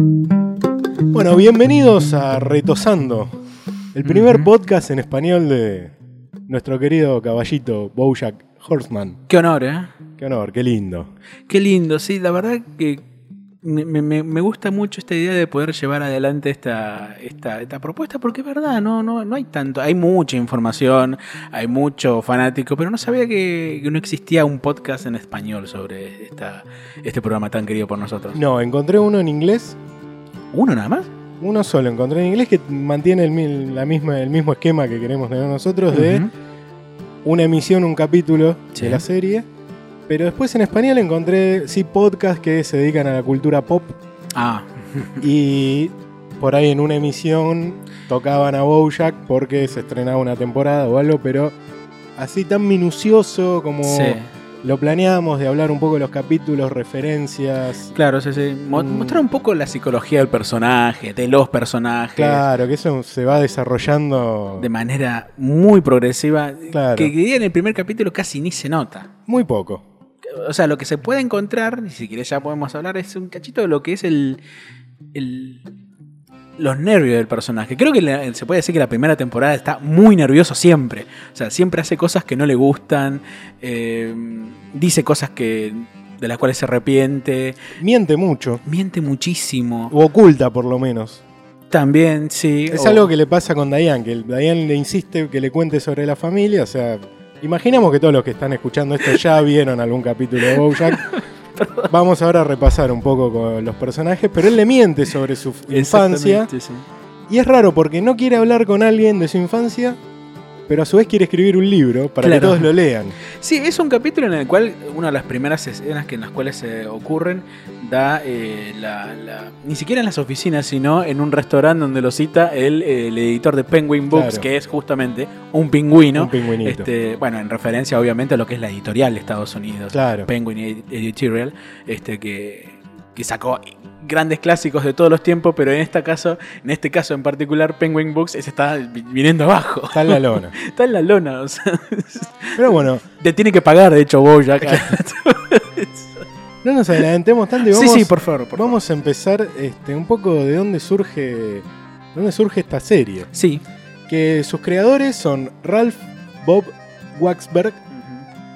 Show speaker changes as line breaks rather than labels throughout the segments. Bueno, bienvenidos a Retosando, el primer podcast en español de nuestro querido caballito Bojack Horseman.
Qué honor, ¿eh?
Qué honor, qué lindo.
Qué lindo, sí, la verdad que me, me- me gusta mucho esta idea de poder llevar adelante esta, esta, esta propuesta, porque es verdad, no, no, no hay tanto, hay mucha información, hay mucho fanático, pero no sabía que, que no existía un podcast en español sobre esta, este programa tan querido por nosotros.
No, encontré uno en inglés,
¿Uno nada más?
uno solo encontré en inglés que mantiene el, mi- la misma, el mismo esquema que queremos tener nosotros de
Ujú.
una emisión, un capítulo
Sí.
de la serie. Pero después en español encontré, sí, podcasts que se dedican a la cultura pop
Ah,
y por ahí en una emisión tocaban a Bojack porque se estrenaba una temporada o algo, pero así tan minucioso como
sí.
lo planeamos de hablar un poco de los capítulos, referencias.
Claro, sí, sí. Mo-
Mm.
Mostrar un poco la psicología del personaje, de los personajes.
Claro, que eso se va desarrollando
de manera muy progresiva,
Claro.
que que en el primer capítulo casi ni se nota.
muy poco.
O sea, lo que se puede encontrar, y si querés ya podemos hablar, es un cachito de lo que es el, el- los nervios del personaje. Creo que la- se puede decir que la primera temporada está muy nervioso siempre. O sea, siempre hace cosas que no le gustan, eh, dice cosas que de las cuales se arrepiente,
Miente mucho,
miente muchísimo.
o oculta por lo menos.
También, sí.
Es
o-
algo que le pasa con Diane, que el- Diane le insiste que le cuente sobre la familia, o sea, imaginamos que todos los que están escuchando esto ya vieron algún capítulo de Bojack. Vamos ahora a repasar un poco con los personajes, pero él le miente sobre su f- infancia
Exactamente, sí.
y es raro porque no quiere hablar con alguien de su infancia, pero a su vez quiere escribir un libro para que
Claro.
todos lo lean.
Sí, es un capítulo en el cual una de las primeras escenas que en las cuales se ocurren da eh, la, la- ni siquiera en las oficinas, sino en un restaurante donde lo cita el, eh, el editor de Penguin Books,
Claro.
que es justamente un pingüino.
Un pingüinito.
este, bueno, en referencia obviamente a lo que es la editorial de Estados Unidos,
Claro.
Penguin Ed- Editorial, este que, que sacó grandes clásicos de todos los tiempos, pero en este caso, en este caso en particular, Penguin Books se está vi- viniendo abajo,
Está en la lona.
está en la lona, o sea,
Pero bueno,
te tiene que pagar, de hecho, Bojack.
no nos adelantemos tanto y
Sí,
vamos,
sí, por favor, por favor.
vamos a empezar este, un poco de dónde surge, dónde surge esta serie.
Sí.
que sus creadores son Ralph Bob Waxberg.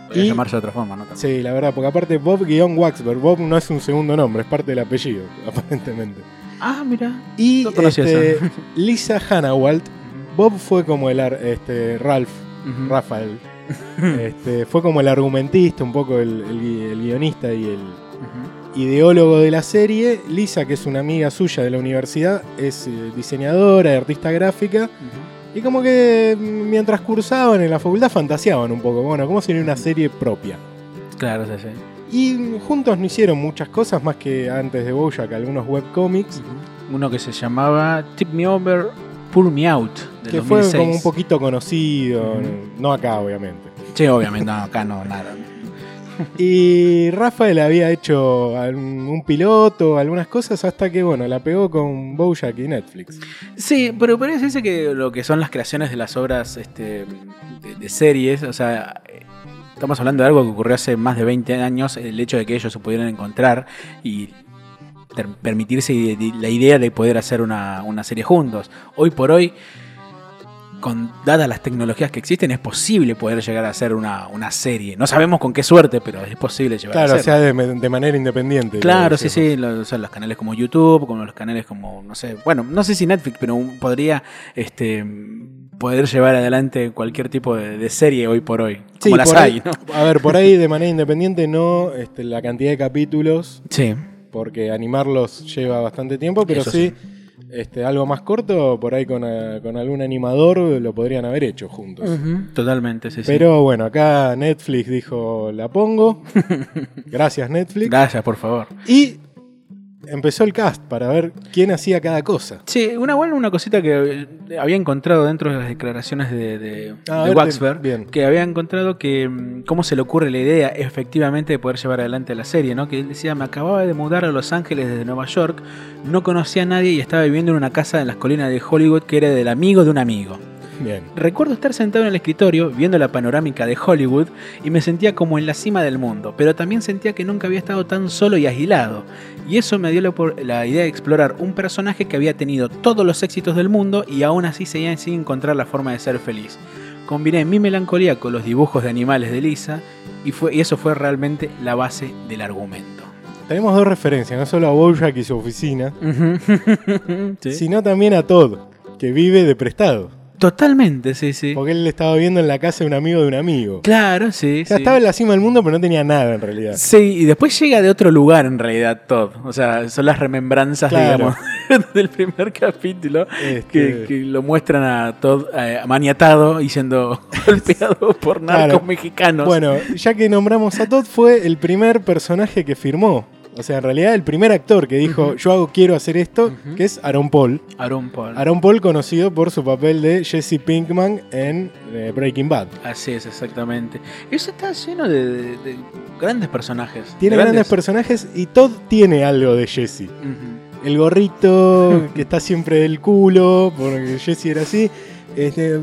Voy
Y-
a llamarse de otra forma, ¿no?
Sí, la verdad, porque aparte Bob-Waxberg, Bob no es un segundo nombre, es parte del apellido, aparentemente.
Ah, mira.
Y
No conocía
este,
eso.
Lisa Hanawalt, Bob fue como el ar- este, Ralph, Rafael, este, fue como el argumentista, un poco el, el gui- el guionista y el ideólogo de la serie. Lisa, que es una amiga suya de la universidad, es eh, diseñadora y artista gráfica. Y como que mm, mientras cursaban en la facultad fantaseaban un poco, bueno, ¿cómo sería una serie propia?
Claro, sí, sí.
Y mm, juntos no hicieron muchas cosas más que antes de Bojack, algunos webcomics,
Uno que se llamaba Tip Me Over, Pull Me Out, del
que
2006.
fue como un poquito conocido,
Ujú.
n- no acá obviamente.
Sí, obviamente, no, acá no, nada.
Y Rafael había hecho al- un piloto, algunas cosas, hasta que, bueno, la pegó con Bojack y Netflix.
Sí, pero parece decirse que lo que son las creaciones de las obras este, de, de series, o sea, eh, estamos hablando de algo que ocurrió hace más de 20 años, el hecho de que ellos se pudieran encontrar y ter- permitirse i- di- la idea de poder hacer una, una serie juntos. Hoy por hoy, con, dadas las tecnologías que existen, es posible poder llegar a hacer una, una serie. No sabemos con qué suerte, pero es posible llegar
Claro,
a
o
hacerlo.
sea, de, de manera independiente.
Claro,
lo
sí,
decimos.
sí. lo- o sea, los canales como YouTube, como los canales como, no sé, bueno, no sé si Netflix, pero un- podría este, poder llevar adelante cualquier tipo de, de serie hoy por hoy. Como
Sí,
las
por
hay,
ahí-
¿no?
A ver, por ahí de manera independiente no este, la cantidad de capítulos
Sí.
porque animarlos lleva bastante tiempo, pero
Eso
sí, este, algo más corto, por ahí con, eh, con algún animador lo podrían haber hecho juntos.
Totalmente, sí, sí.
Pero bueno, acá Netflix dijo, la pongo. Gracias Netflix.
Gracias, por favor.
y empezó el cast para ver quién hacía cada cosa.
Sí, una, bueno, una cosita que eh, había encontrado dentro de las declaraciones de, de,
Ah,
de
a ver,
Waxberg,
bien, bien.
que había encontrado que mm, cómo se le ocurre la idea efectivamente de poder llevar adelante la serie, ¿no? Que él decía, me acababa de mudar a Los Ángeles desde Nueva York, no conocía a nadie y estaba viviendo en una casa en las colinas de Hollywood que era del amigo de un amigo.
Bien.
Recuerdo estar sentado en el escritorio viendo la panorámica de Hollywood y me sentía como en la cima del mundo, pero también sentía que nunca había estado tan solo y aislado. Y eso me dio la, por- la idea de explorar un personaje que había tenido todos los éxitos del mundo y aún así seguía sin encontrar la forma de ser feliz. Combiné mi melancolía con los dibujos de animales de Lisa y, fue, y eso fue realmente la base del argumento.
Tenemos dos referencias, no solo a Bojack y su oficina, sino también a Todd, que vive de prestado.
Totalmente, sí, sí.
Porque él le estaba viendo en la casa de un amigo de un amigo.
Claro, sí.
O sea,
sí.
estaba en la cima del mundo, pero no tenía nada en realidad.
Sí, y después llega de otro lugar en realidad Todd. O sea, son las remembranzas,
Claro.
digamos, del primer capítulo que,
Este,
que lo muestran a Todd eh, maniatado y siendo golpeado por narcos
Claro.
mexicanos.
Bueno, ya que nombramos a Todd, fue el primer personaje que firmó. O sea, en realidad el primer actor que dijo,
Ujú.
yo hago, quiero hacer esto,
Ujú.
que es Aaron Paul.
Aaron Paul.
Aaron Paul conocido por su papel de Jesse Pinkman en eh, Breaking Bad.
Así es, exactamente. Eso está lleno de, de- de grandes personajes.
Tiene
De
grandes personajes y Todd tiene algo de Jesse.
Ujú.
El gorrito que está siempre del culo, porque Jesse era así. Este,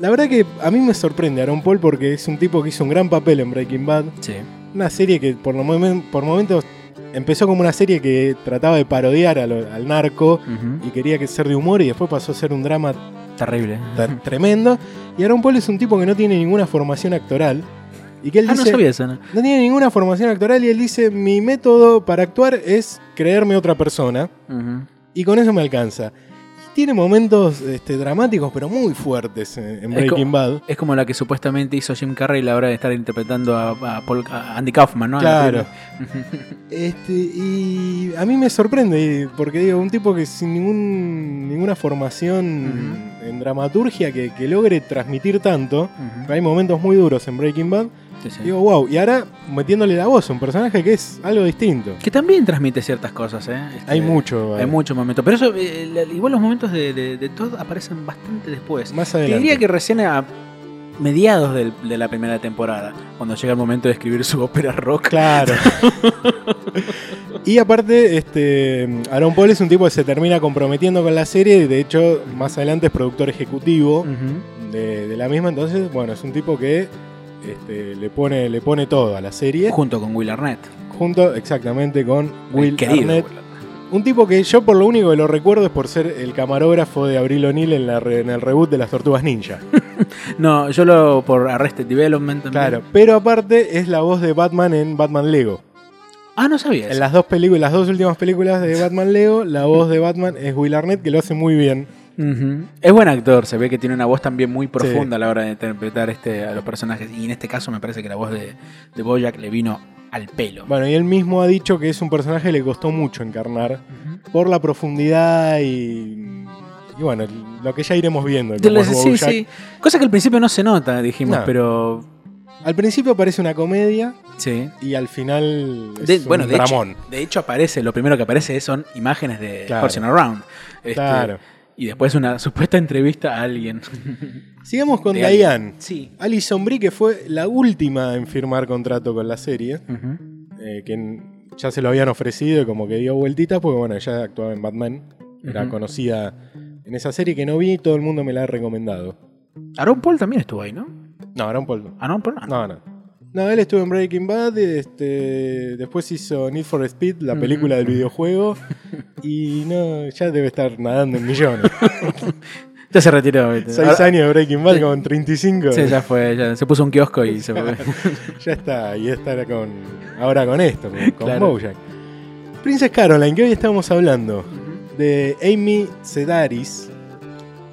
la verdad que a mí me sorprende Aaron Paul porque es un tipo que hizo un gran papel en Breaking Bad.
Sí.
Una serie que por, lo momen- por momentos empezó como una serie que trataba de parodiar a lo- al narco
Ujú.
y quería que ser de humor y después pasó a ser un drama
Terrible.
t- tremendo. Y Aaron Paul es un tipo que no tiene ninguna formación actoral. Y que él
Ah, no
dice,
sabía eso, ¿no?
no tiene ninguna formación actoral y él dice, mi método para actuar es creerme otra persona
Ujú.
y con eso me alcanza. Y tiene momentos este, dramáticos pero muy fuertes en, en
Es
Breaking Bad.
Es como la que supuestamente hizo Jim Carrey a la hora de estar interpretando a, a Paul- a Andy Kaufman, ¿no? En la
Claro.
película. Ujú.
Este, y a mí me sorprende, porque digo, un tipo que sin ningún, ninguna formación en dramaturgia que, que logre transmitir tanto,
Ujú.
hay momentos muy duros en Breaking Bad,
Sí, sí.
digo, wow, y ahora metiéndole la voz a un personaje que es algo distinto.
que también transmite ciertas cosas, ¿eh? Este,
Hay mucho,
Hay
eh,
muchos momentos. Pero eso, eh, la- igual los momentos de, de, de Todd aparecen bastante después.
más
Te
adelante.
diría que recién a mediados del- de la primera temporada, cuando llega el momento de escribir su ópera rock.
Claro. y aparte, este, Aaron Paul es un tipo que se termina comprometiendo con la serie. De hecho, más adelante es productor ejecutivo
Mm.
de, de la misma. Entonces, bueno, es un tipo que este, le, pone, le pone todo a la serie.
Junto con Will Arnett.
Junto exactamente con
el
Will
querido
Arnett.
Will Arnett.
Un tipo que yo por lo único que lo recuerdo es por ser el camarógrafo de Abril O'Neill en, la re- en el reboot de las Tortugas Ninja.
No, yo lo por Arrested Development también.
Claro. Pero aparte es la voz de Batman en Batman Lego.
Ah, no sabía.
En
eso.
las dos películas, las dos últimas películas de Batman Lego, la voz de Batman es Will Arnett, que lo hace muy bien.
Ujú. Es buen actor, se ve que tiene una voz también muy profunda a la hora de interpretar este, a los personajes. Y en este caso me parece que la voz de, de Bojack le vino al pelo.
Bueno, y él mismo ha dicho que es un personaje que le costó mucho encarnar
Ujú.
por la profundidad y. y bueno, lo que ya iremos viendo.
De
como
la-
es
sí,
Bojack.
sí. Cosa que al principio no se nota, dijimos,
No.
pero.
Al principio parece una comedia
Sí.
y al final. Es
De-
un
bueno, de hecho,
dramón.
de hecho aparece, lo primero que aparece son imágenes de
Claro.
Person Around. Este,
Claro.
Y después una supuesta entrevista a alguien.
Sigamos con
De
Diane.
Sí.
Alison Brie, que fue la última en firmar contrato con la serie,
Ujú.
eh, que n- ya se lo habían ofrecido y como que dio vueltitas, porque bueno, ella actuaba en Batman, era
Ujú.
conocida en esa serie que no vi y todo el mundo me la ha recomendado.
Aaron Paul también estuvo ahí, ¿no?
No, Aaron Paul no.
Aaron Paul. ah,
No, no. No, él estuvo en Breaking Bad, este, después hizo Need for Speed, la
Ujú.
película del videojuego, y no, ya debe estar nadando en millones.
Ya se retiró. ¿viste?
Seis
Ahora-
años de Breaking Bad
Ah, Sí.
con 35,
Sí, ya fue. ya se puso un kiosco y se fue.
ya está, y estará con, ahora con esto, con, con
Claro.
Bojack. Princess Caroline, que hoy estamos hablando. de Amy Sedaris,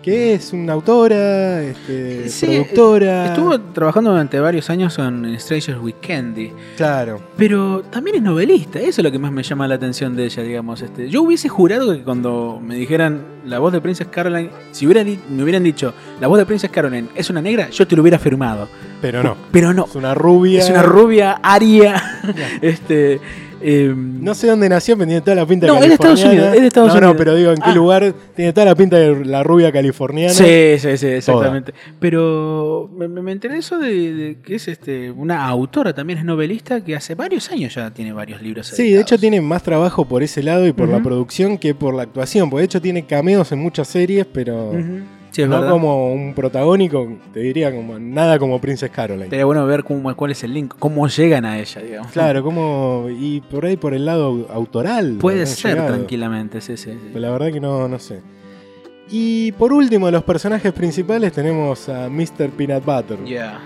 que es una autora, este,
Sí,
productora.
Estuvo trabajando durante varios años en Strangers with Candy.
Claro.
Pero también es novelista, eso es lo que más me llama la atención de ella, digamos. Este, yo hubiese jurado que cuando me dijeran la voz de Princess Caroline, si hubieran di- me hubieran dicho la voz de Princess Caroline es una negra, yo te lo hubiera afirmado.
Pero no.
Pero no,
Es una rubia.
es una rubia, aria, este... em,
No sé dónde nació, pero tiene toda la pinta
No, es de
californiana.
Estados Unidos, es de Estados
no,
Unidos.
No, pero digo, ¿en qué
Ah.
lugar tiene toda la pinta de la rubia californiana?
Sí, sí, sí, exactamente. Pero me, me- me enteré eso de, de que es este una autora, también es novelista, que hace varios años ya tiene varios libros.
Sí, de hecho
editados.
tiene más trabajo por ese lado y por la
Ujú.
producción que por la actuación. Porque de hecho tiene cameos en muchas series, pero
Ujú. Sí, es
no
verdad.
como un protagónico, te diría como nada como Princess Caroline.
Estaría bueno ver cómo, cuál es el link, cómo llegan a ella, digamos.
Claro, como. Y por ahí por el lado autoral.
Puede
habrán
ser
llegado.
tranquilamente, sí, sí. sí.
Pero La verdad que no, no sé. Y por último, los personajes principales tenemos a Mr. Peanut Butter.
Yeah.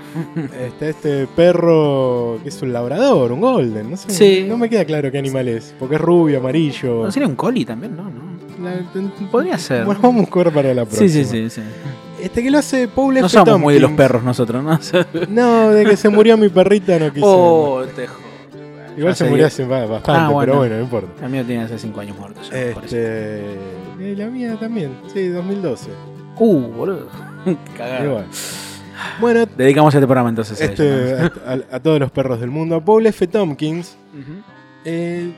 Este, este perro que es un labrador, un golden, no sé.
Sí.
No me queda claro qué animal es, porque es rubio, amarillo.
¿No sería un coli también? No, no.
La-
Podría ser.
Bueno, vamos a buscar para la próxima.
sí, sí, sí, sí.
Este que lo hace Paul
No
F.
somos muy de los
Tompkins.
perros nosotros, ¿no? O sea,
No, de que se murió mi perrita no quise.
oh, te jodo.
Igual
Ya
se
sé
murió
que-
hace ba- bastante,
Ah, bueno.
pero bueno, no importa.
A mí lo tiene hace 5 años muerto. ya, pobrecito.
Este, eh, la mía también, sí, 2012.
Uh, boludo. Cagado.
Igual. Bueno,
Dedicamos este programa entonces a
este,
ella,
a, a- a todos los perros del mundo. Paul F. Tompkins
¿no?
eh,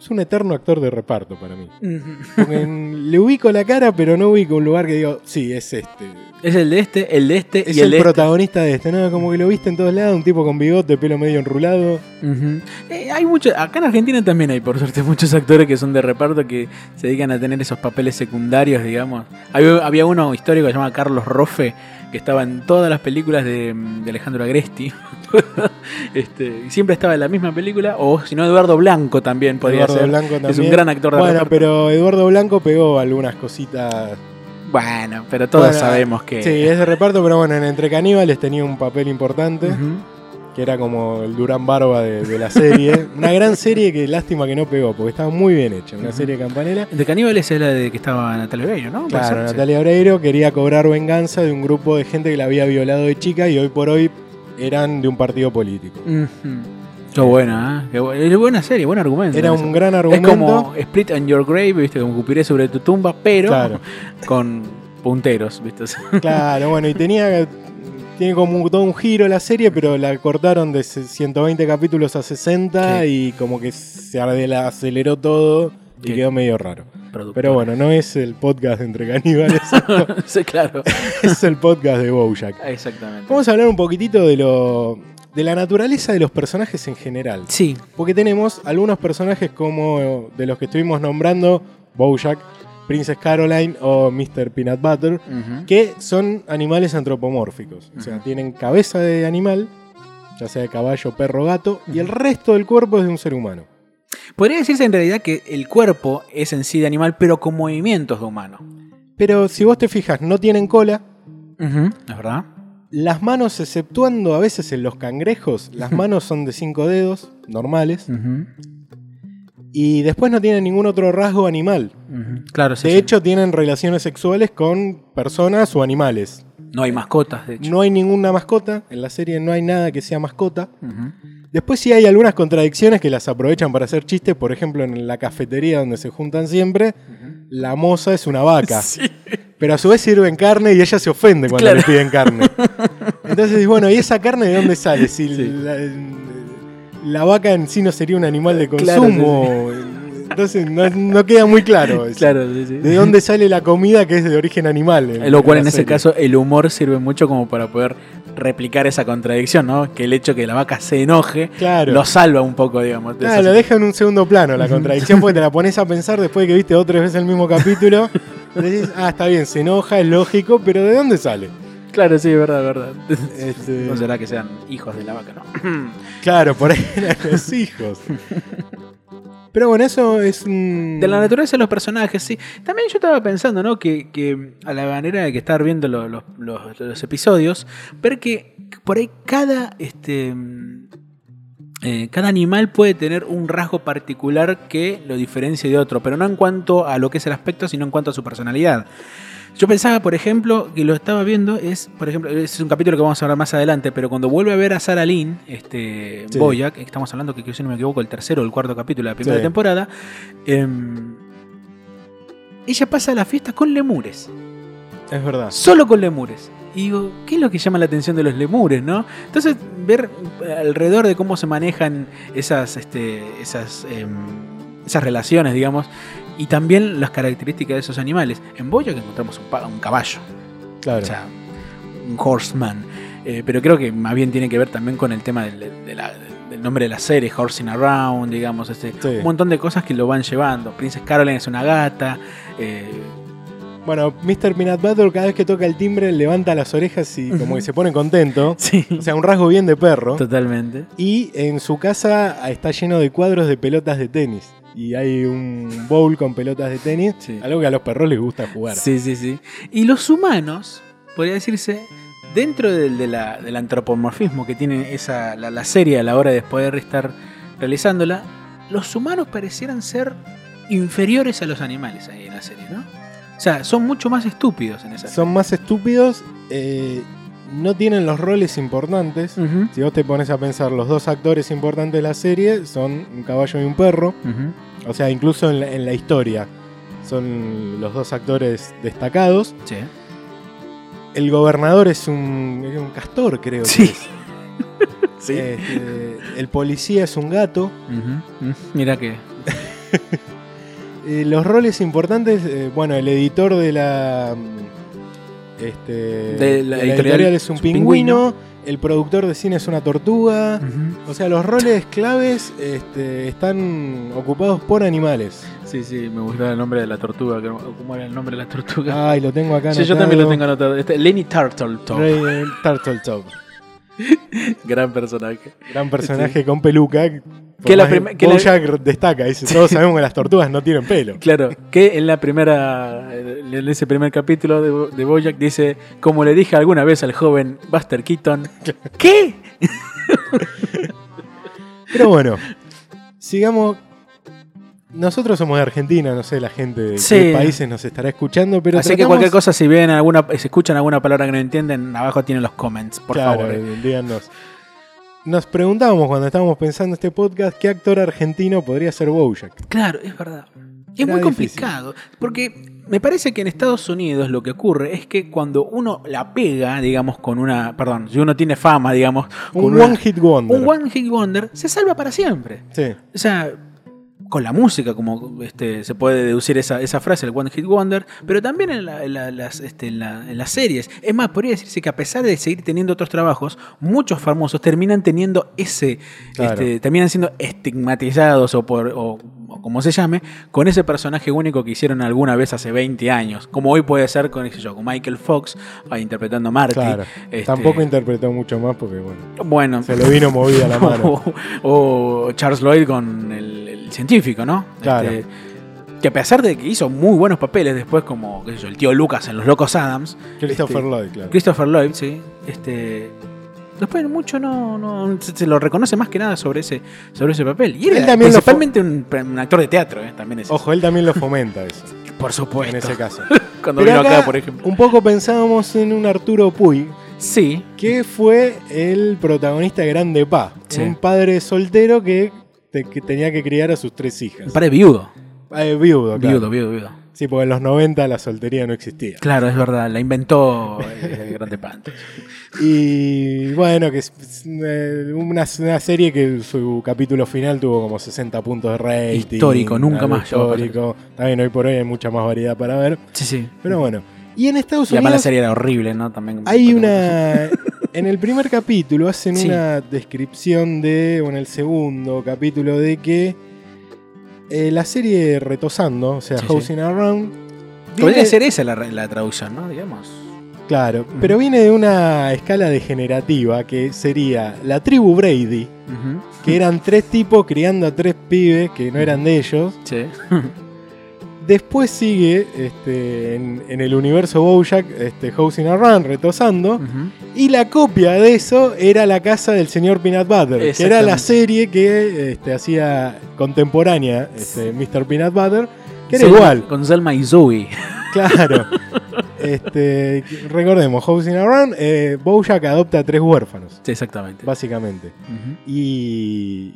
es un eterno actor de reparto para mí.
Ujú.
Porque en- le ubico la cara, pero no ubico un lugar que digo, sí, es este.
Es el de este, el de este
Es
y el,
el,
de este.
protagonista de este, ¿no? Como que lo viste en todos lados, un tipo con bigote, pelo medio enrulado.
Ujú. Eh, hay muchos, acá en Argentina también hay por suerte muchos actores que son de reparto que se dedican a tener esos papeles secundarios, digamos. Había, había uno histórico que se llama Carlos Rofe, que estaba en todas las películas de, mm, de Alejandro Agresti. este, y siempre estaba en la misma película, o si no, Eduardo Blanco también podría
Eduardo
ser.
Blanco también.
Es un gran actor de
Bueno,
reparto.
pero Eduardo Blanco pegó algunas cositas.
Bueno, pero todos
Bueno,
sabemos que.
Sí, es de reparto, pero bueno, en Entre Caníbales tenía un papel importante,
Ujú.
que era como el Durán Barba de, de la serie. una gran serie que lástima que no pegó, porque estaba muy bien hecha, una
Ujú.
serie campanera.
De Caníbales es la de que estaba Natalia Oreiro, ¿no? Puede
Claro,
ser, sí.
Natalia Oreiro quería cobrar venganza de un grupo de gente que la había violado de chica y hoy por hoy eran de un partido político.
Ujú. Qué buena, ¿eh? Qué bu- es buena serie, buen argumento.
Era
Eso.
un gran
Es
argumento.
como Split on Your Grave, ¿viste? Como Cupiré sobre tu tumba, pero
Claro.
con punteros, ¿viste?
Claro, bueno, y tenía. Tiene como todo un giro la serie, pero la cortaron de se- 120 capítulos a 60 y como que se arde- aceleró todo y
Sí.
quedó medio raro.
Producto.
Pero bueno, no es el podcast de entre caníbales,
sí, claro.
es el podcast de Bojack.
Exactamente.
Vamos a hablar un poquitito de lo. de la naturaleza de los personajes en general.
Sí,
Porque tenemos algunos personajes como eh, de los que estuvimos nombrando, Bojack, Princess Caroline o Mr. Peanut Butter,
ujú,
que son animales antropomórficos. O sea,
Ujú.
tienen cabeza de animal, ya sea de caballo, perro, gato, y el resto del cuerpo es de un ser humano.
Podría decirse en realidad que el cuerpo es en sí de animal, pero con movimientos de humano.
Pero si vos te fijas, no tienen cola.
Ujú, ¿Es verdad?
Las manos, exceptuando a veces en los cangrejos, las manos son de cinco dedos, normales.
Ujú,
Y después no tienen ningún otro rasgo animal.
ujú. Claro, sí.
De
sí.
hecho, tienen relaciones sexuales con personas o animales.
no hay mascotas, de hecho.
No hay ninguna mascota. En la serie no hay nada que sea mascota.
Ujú.
Después sí hay algunas contradicciones que las aprovechan para hacer chistes. Por ejemplo, en la cafetería donde se juntan siempre, la moza es una vaca.
Sí.
Pero a su vez sirven carne y ella se ofende cuando
Claro.
le piden carne. Entonces, bueno, ¿y esa carne de dónde sale? Si
Sí.
la, eh, la vaca en sí no sería un animal de
Claro,
consumo. Entonces, no, no queda muy claro. eso.
Claro, sí, sí.
¿De dónde sale la comida que es de origen animal? en-
Lo cual
la
en ese
serie?
caso el humor sirve mucho como para poder replicar esa contradicción, ¿no? Que el hecho que la vaca se enoje
Claro.
lo salva un poco, digamos. de
Claro,
esa
lo deja en un segundo plano la contradicción porque te la pones a pensar después de que viste otras veces el mismo capítulo. Decís, ah, está bien, se enoja, es lógico, pero ¿de dónde sale?
situación. Claro, sí, es verdad, es verdad. Eh,
Este,
No será que sean hijos de la vaca, ¿no?
claro, por ahí eran los hijos. Pero bueno, eso es un.
De la naturaleza de los personajes, sí. También yo estaba pensando, ¿no? Que, que a la manera de que estar viendo lo- lo- los, los episodios, ver que por ahí cada, este, mm, eh, cada animal puede tener un rasgo particular que lo diferencie de otro, pero no en cuanto a lo que es el aspecto, sino en cuanto a su personalidad. Yo pensaba, por ejemplo, que lo estaba viendo, es, por ejemplo, ese es un capítulo que vamos a hablar más adelante, pero cuando vuelve a ver a Sara Lynn, este,
Sí.
Boyack, estamos hablando que, creo, si no me equivoco, el tercero o el cuarto capítulo de la primera
Sí.
temporada, em, ella pasa la fiesta con lemures,
Es verdad.
solo con lemures. Y digo, ¿qué es lo que llama la atención de los lemures, no? Entonces, ver eh, alrededor de cómo se manejan esas, este, esas, em, esas relaciones, digamos, y también las características de esos animales. En Boya que encontramos un, pa- un caballo,
Claro.
o sea, un horseman. Eh, pero creo que más bien tiene que ver también con el tema del, de la- del nombre de la serie, Horsing Around, digamos, este,
Sí.
un montón de cosas que lo van llevando. Princess Caroline es una gata, eh,
Bueno, Mr. Peanut Butter cada vez que toca el timbre levanta las orejas y como que se pone contento.
Sí,
O sea, un rasgo bien de perro.
totalmente.
Y en su casa está lleno de cuadros de pelotas de tenis. Y hay un bowl con pelotas de tenis.
Sí.
Algo que a los perros les gusta jugar.
Sí, sí, sí. Y los humanos, podría decirse, dentro del, de la- del antropomorfismo que tiene esa, la, la serie a la hora de poder estar realizándola, los humanos parecieran ser inferiores a los animales ahí en la serie, ¿no? O sea, son mucho más estúpidos en esa serie.
Son más estúpidos. eh, no tienen los roles importantes.
Ujú,
Si vos te pones a pensar, los dos actores importantes de la serie son un caballo y un perro.
ujú.
O sea, incluso en la, en la historia. Son los dos actores destacados.
Sí.
El gobernador es un, es un castor, creo. que
Sí.
es.
Sí.
Este, el policía es un gato.
Ujú, mm, Mira que.
Eh, los roles importantes, eh, bueno, el editor de la, mm, este,
De la editorial
es un
es un pingüino.
pingüino, el productor de cine es una tortuga. O sea, los roles claves este, están ocupados por animales.
Sí, sí, me gustaba el nombre de la tortuga. que no- ¿Cómo era el nombre de la tortuga?
Ay, lo tengo acá.
sí, yo
anotado.
también lo Ah, tengo anotado. Este, Lenny Turtletop.
Ray- Turtle Top.
Gran personaje.
Gran personaje con peluca. por
Que la
más
prim- que la-
Bojack destaca, dice, todos sabemos que las tortugas no tienen pelo.
Claro, que en la primera, en ese primer capítulo de, Bo- de Bojack dice, como le dije alguna vez al joven Buster Keaton, ¿qué?
Pero bueno, sigamos. Nosotros somos de Argentina, no sé la gente de
Sí.
qué países nos estará escuchando, pero
Así que
tratamos-
cualquier cosa, si ven alguna, si escuchan alguna palabra que no entienden, abajo tienen los comments, por
Claro,
favor.
eh, díganos. Nos preguntábamos cuando estábamos pensando este podcast qué actor argentino podría ser Bojack.
Claro, es verdad. Es
Era difícil.
muy complicado, porque me parece que en Estados Unidos lo que ocurre es que cuando uno la pega, digamos, con una, perdón, si uno tiene fama, digamos, con
Un
una-
one hit wonder.
un one hit wonder, se salva para siempre.
Sí.
O sea, con la música, como este, se puede deducir esa, esa frase, el One Hit Wonder, pero también en, la- en la- las, este, en la- en las series. Es más, podría decirse que a pesar de seguir teniendo otros trabajos, muchos famosos terminan teniendo ese,
Claro.
este, terminan siendo estigmatizados o por... o- o como se llame, con ese personaje único que hicieron alguna vez hace 20 años. Como hoy puede ser con, qué sé yo, con Michael Fox ah, interpretando a Marty.
Claro.
Este,
Tampoco interpretó mucho más porque, bueno,
bueno,
se lo vino movida la mano.
o, o Charles Lloyd con el, el científico, ¿no?
Claro.
Este, que a pesar de que hizo muy buenos papeles después, como qué sé yo, el tío Lucas en Los Locos Adams,
Christopher
este,
Lloyd, claro.
Christopher Lloyd, sí, este. Después mucho no, no se, se lo reconoce más que nada sobre ese, sobre ese papel. Y
Él
él, era
también lo fue-
principalmente un, un actor de teatro, ¿eh? también es.
Ojo, él también lo fomenta eso,
por supuesto.
en ese caso.
Cuando
Pero
vino acá,
acá,
por ejemplo.
Un poco pensábamos en un Arturo Puy,
Sí,
que fue el protagonista de Grande Pa,
Sí.
un padre soltero que, te- que tenía que criar a sus tres hijas.
un par de viudo.
Eh, viudo, claro.
Viudo, viudo, viudo.
Sí, porque en los 90 la soltería no existía.
Claro, es verdad, la inventó eh, el Grande Panto.
Y bueno, que es- es, eh, una, una serie que su capítulo final tuvo como 60 puntos de rating.
Histórico, nunca
algo
más llegó a pasar.
Histórico. También hoy por hoy hay mucha más variedad para ver.
Sí, sí.
Pero bueno. Y en Estados
Y además la
Unidos
serie era horrible, ¿no? También.
hay una... En el primer capítulo hacen
Sí.
una descripción de, o en el segundo capítulo, de que eh, la serie Retosando, o sea,
Sí, sí.
Housing Around...
Podría
viene-
ser esa la, la traducción, ¿no? Digamos.
Claro, pero viene de una escala degenerativa que sería la tribu Brady, que eran tres tipos criando a tres pibes que no eran de ellos.
Sí.
Después sigue este, en, en el universo Bojack, este, Housing a Run, retosando.
Mm.
Y la copia de eso era la casa del señor Peanut Butter, que era la
Exactamente.
serie que este, hacía contemporánea este, Mr. Peanut Butter, que era
Selma-
igual.
Con Selma y Zoe.
Claro. Este, recordemos, Housing Around, eh, Bojack adopta a tres huérfanos,
Sí, exactamente.
básicamente.
Ujú.
Y,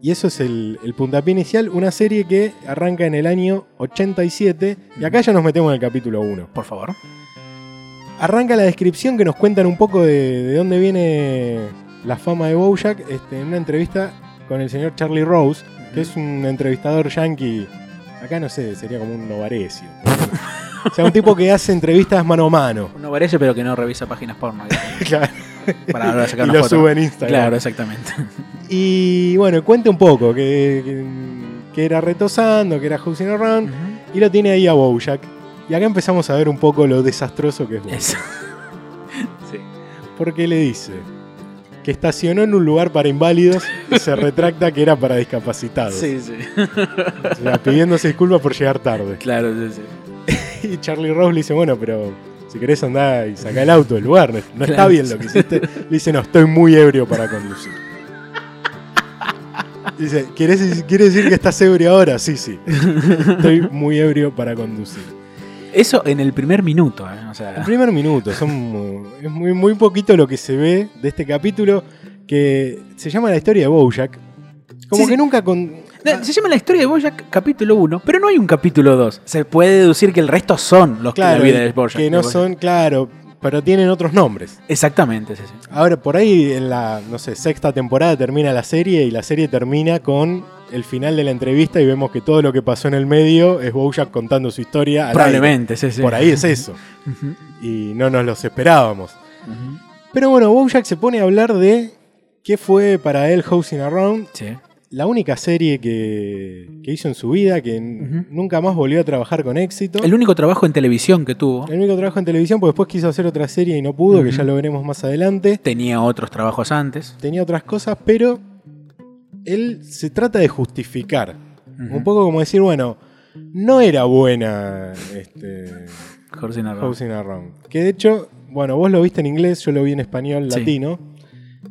y eso es el, el puntapié inicial, una serie que arranca en el año 87, y acá ya nos metemos en el capítulo 1.
Por favor.
Arranca la descripción que nos cuentan un poco de, de dónde viene la fama de Bojack este, en una entrevista con el señor Charlie Rose, que es un entrevistador yankee. Acá no sé, sería como un novarecio. O sea, un tipo que hace entrevistas mano a mano.
No parece, pero que no revisa páginas porno. digamos,
Claro,
para ahora sacar
y
una
lo
foto.
sube en Instagram.
Claro, exactamente.
Y bueno, cuenta un poco que, que- que era retosando, que era Housing Around,
Ujú.
y lo tiene ahí a Bojack. Y acá empezamos a ver un poco lo desastroso que es Bob.
Es- sí.
Porque le dice que estacionó en un lugar para inválidos y se retracta que era para discapacitados.
sí, sí.
O sea, pidiéndose disculpas por llegar tarde.
Claro, sí, sí.
Y Charlie Rose le dice, bueno, pero si querés andar y sacar el auto del lugar, no, no está
Claro.
bien lo que hiciste. Le dice, no, estoy muy ebrio para conducir. Dice, ¿quieres, ¿quiere decir que estás ebrio ahora? Sí, sí. Estoy muy ebrio para conducir.
Eso en el primer minuto, ¿eh? O sea,
El primer minuto, son mu- es muy, muy poquito lo que se ve de este capítulo que se llama la historia de Bojack. Como
Sí,
que
sí.
nunca con...
No, Se llama la historia de Bojack capítulo 1, pero no hay un capítulo 2. Se puede deducir que el resto son los
Claro,
que la vida de Bojack.
que no
de Bojack.
son, claro, pero tienen otros nombres.
Exactamente, sí, sí.
Ahora, por ahí en la, no sé, sexta temporada termina la serie y la serie termina con el final de la entrevista y vemos que todo lo que pasó en el medio es Bojack contando su historia. al
Probablemente, sí, sí.
aire. Por ahí es eso.
Ujú,
Y no nos los esperábamos.
ujú.
Pero bueno, Bojack se pone a hablar de qué fue para él Housing Around,
Sí.
la única serie que, que hizo en su vida, que n-
Ujú.
nunca más volvió a trabajar con éxito.
El único trabajo en televisión que tuvo.
El único trabajo en televisión, porque después quiso hacer otra serie y no pudo, que
Ujú.
ya lo veremos más adelante.
Tenía otros trabajos antes.
tenía otras cosas, pero él se trata de justificar.
Ujú.
Un poco como decir, bueno, no era buena este,
Jorge Narro.
Housing Around. Que de hecho, bueno, vos lo viste en inglés, yo lo vi en español
Sí.
latino.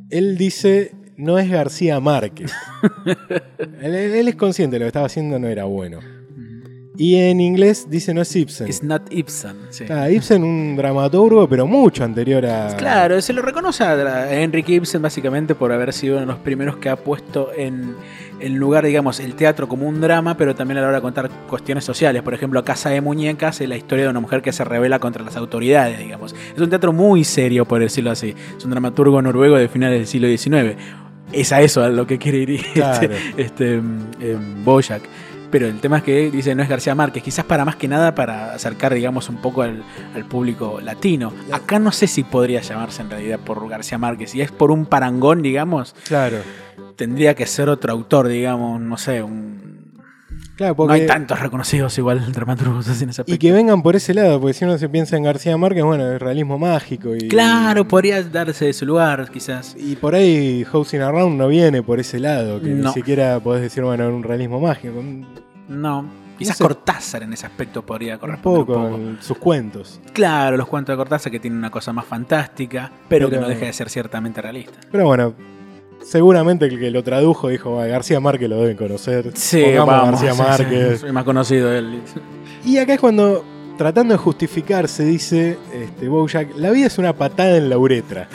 Él dice, no es García Márquez. él, él- él es consciente, de lo que estaba haciendo no era bueno.
Ujú.
Y en inglés dice, no es Ibsen.
It's not Ibsen. sí.
Ah, Ibsen un dramaturgo, pero mucho anterior a...
Claro, se lo reconoce a a Henry Ibsen básicamente por haber sido uno de los primeros que ha puesto en, en lugar, digamos, el teatro como un drama, pero también a la hora de contar cuestiones sociales. Por ejemplo, Casa de Muñecas es la historia de una mujer que se revela contra las autoridades, digamos. Es un teatro muy serio, por decirlo así. Es un dramaturgo noruego de finales del siglo XIX. Es a eso a lo que quiere ir este-
Claro.
este, mm, em, Bojack. Pero el tema es que dice no es García Márquez, quizás para más que nada para acercar, digamos, un poco al, al público latino. Acá no sé si podría llamarse en realidad por García Márquez. Si es por un parangón, digamos,
Claro.
tendría que ser otro autor, digamos, no sé, un...
Claro,
No
porque...
hay tantos reconocidos igual dramaturgos así en
Y
ese aspecto.
que vengan por ese lado, porque si uno se piensa en García Márquez, bueno, el realismo mágico. Y,
Claro, podría darse de su lugar, quizás.
Y por ahí Housing Around no viene por ese lado, que ni
No.
siquiera podés decir, bueno, un realismo mágico. Un
No. Quizás
sé.
Cortázar en ese aspecto podría corresponder
poco,
un poco.
en sus cuentos.
Claro, los cuentos de Cortázar que tienen una cosa más fantástica, pero, que
Pero-
no deja de ser ciertamente realista.
Pero bueno, seguramente el que lo tradujo dijo, "Ah, García Márquez lo deben conocer. Pongamos a García
sí,
Márquez.
sí, soy más conocido él.
Y acá es cuando, tratando de justificarse, dice este, Bojack, la vida es una patada en la uretra.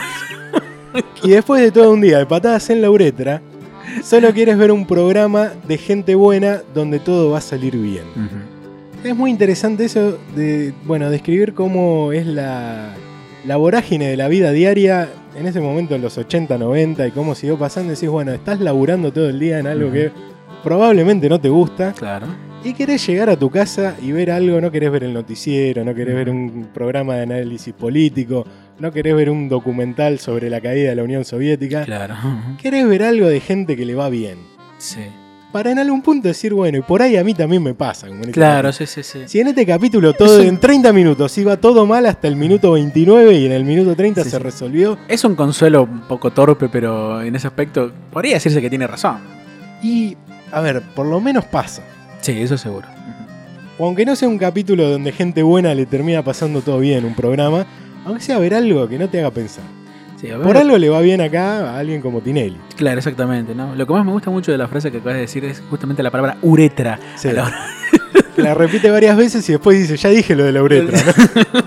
y después de todo un día de patadas en la uretra, solo quieres ver un programa de gente buena donde todo va a salir bien. Es muy interesante eso de, bueno, describir cómo es la, la vorágine de la vida diaria en ese momento en los 80, 90 y cómo siguió pasando. Decís, bueno, estás laburando todo el día en algo
Ujú.
que probablemente no te gusta.
Claro.
Y querés llegar a tu casa y ver algo, no querés ver el noticiero, no querés ver un programa de análisis político, no querés ver un documental sobre la caída de la Unión Soviética,
Claro.
querés ver algo de gente que le va bien.
Sí.
Para en algún punto decir, bueno, y por ahí a mí también me pasa. como en este
Claro, sí, sí, sí.
capítulo. Si en este capítulo todo
un-
en 30 minutos iba todo mal hasta el minuto 29 y en el minuto 30
Sí,
se
sí.
resolvió,
Es un consuelo un poco torpe, pero en ese aspecto podría decirse que tiene razón.
y a ver, por lo menos pasa.
Sí, eso seguro.
O aunque no sea un capítulo donde gente buena le termina pasando todo bien un programa, aunque sea ver algo que no te haga pensar.
Sí, a ver-
Por algo le va bien acá a alguien como Tinelli.
Claro, exactamente. ¿no? Lo que más me gusta mucho de la frase que acabas de decir es justamente la palabra uretra.
Sí.
A la hora-
La repite varias veces y después dice, ya dije lo de la uretra. ¿no?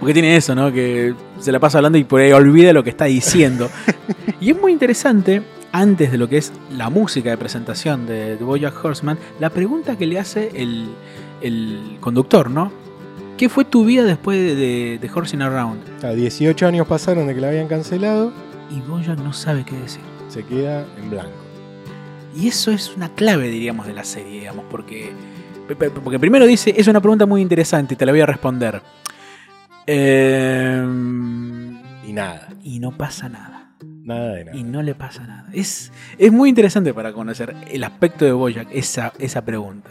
Porque tiene eso, ¿no? Que se la pasa hablando y por ahí olvida lo que está diciendo. y es muy interesante, antes de lo que es la música de presentación de The Bojack Horseman, la pregunta que le hace el, el conductor, ¿no? ¿Qué fue tu vida después de, de, de Horsing Around?
Está, 18 años pasaron de que la habían cancelado,
Y Bojack no sabe qué decir.
se queda en blanco.
Y eso es una clave, diríamos, de la serie, digamos, porque, pe- pe- porque primero dice, es una pregunta muy interesante y te la voy a responder. Em,
Y nada,
y no pasa nada.
nada de nada.
y no le pasa nada. Es, es muy interesante para conocer el aspecto de Boyack, esa, esa pregunta.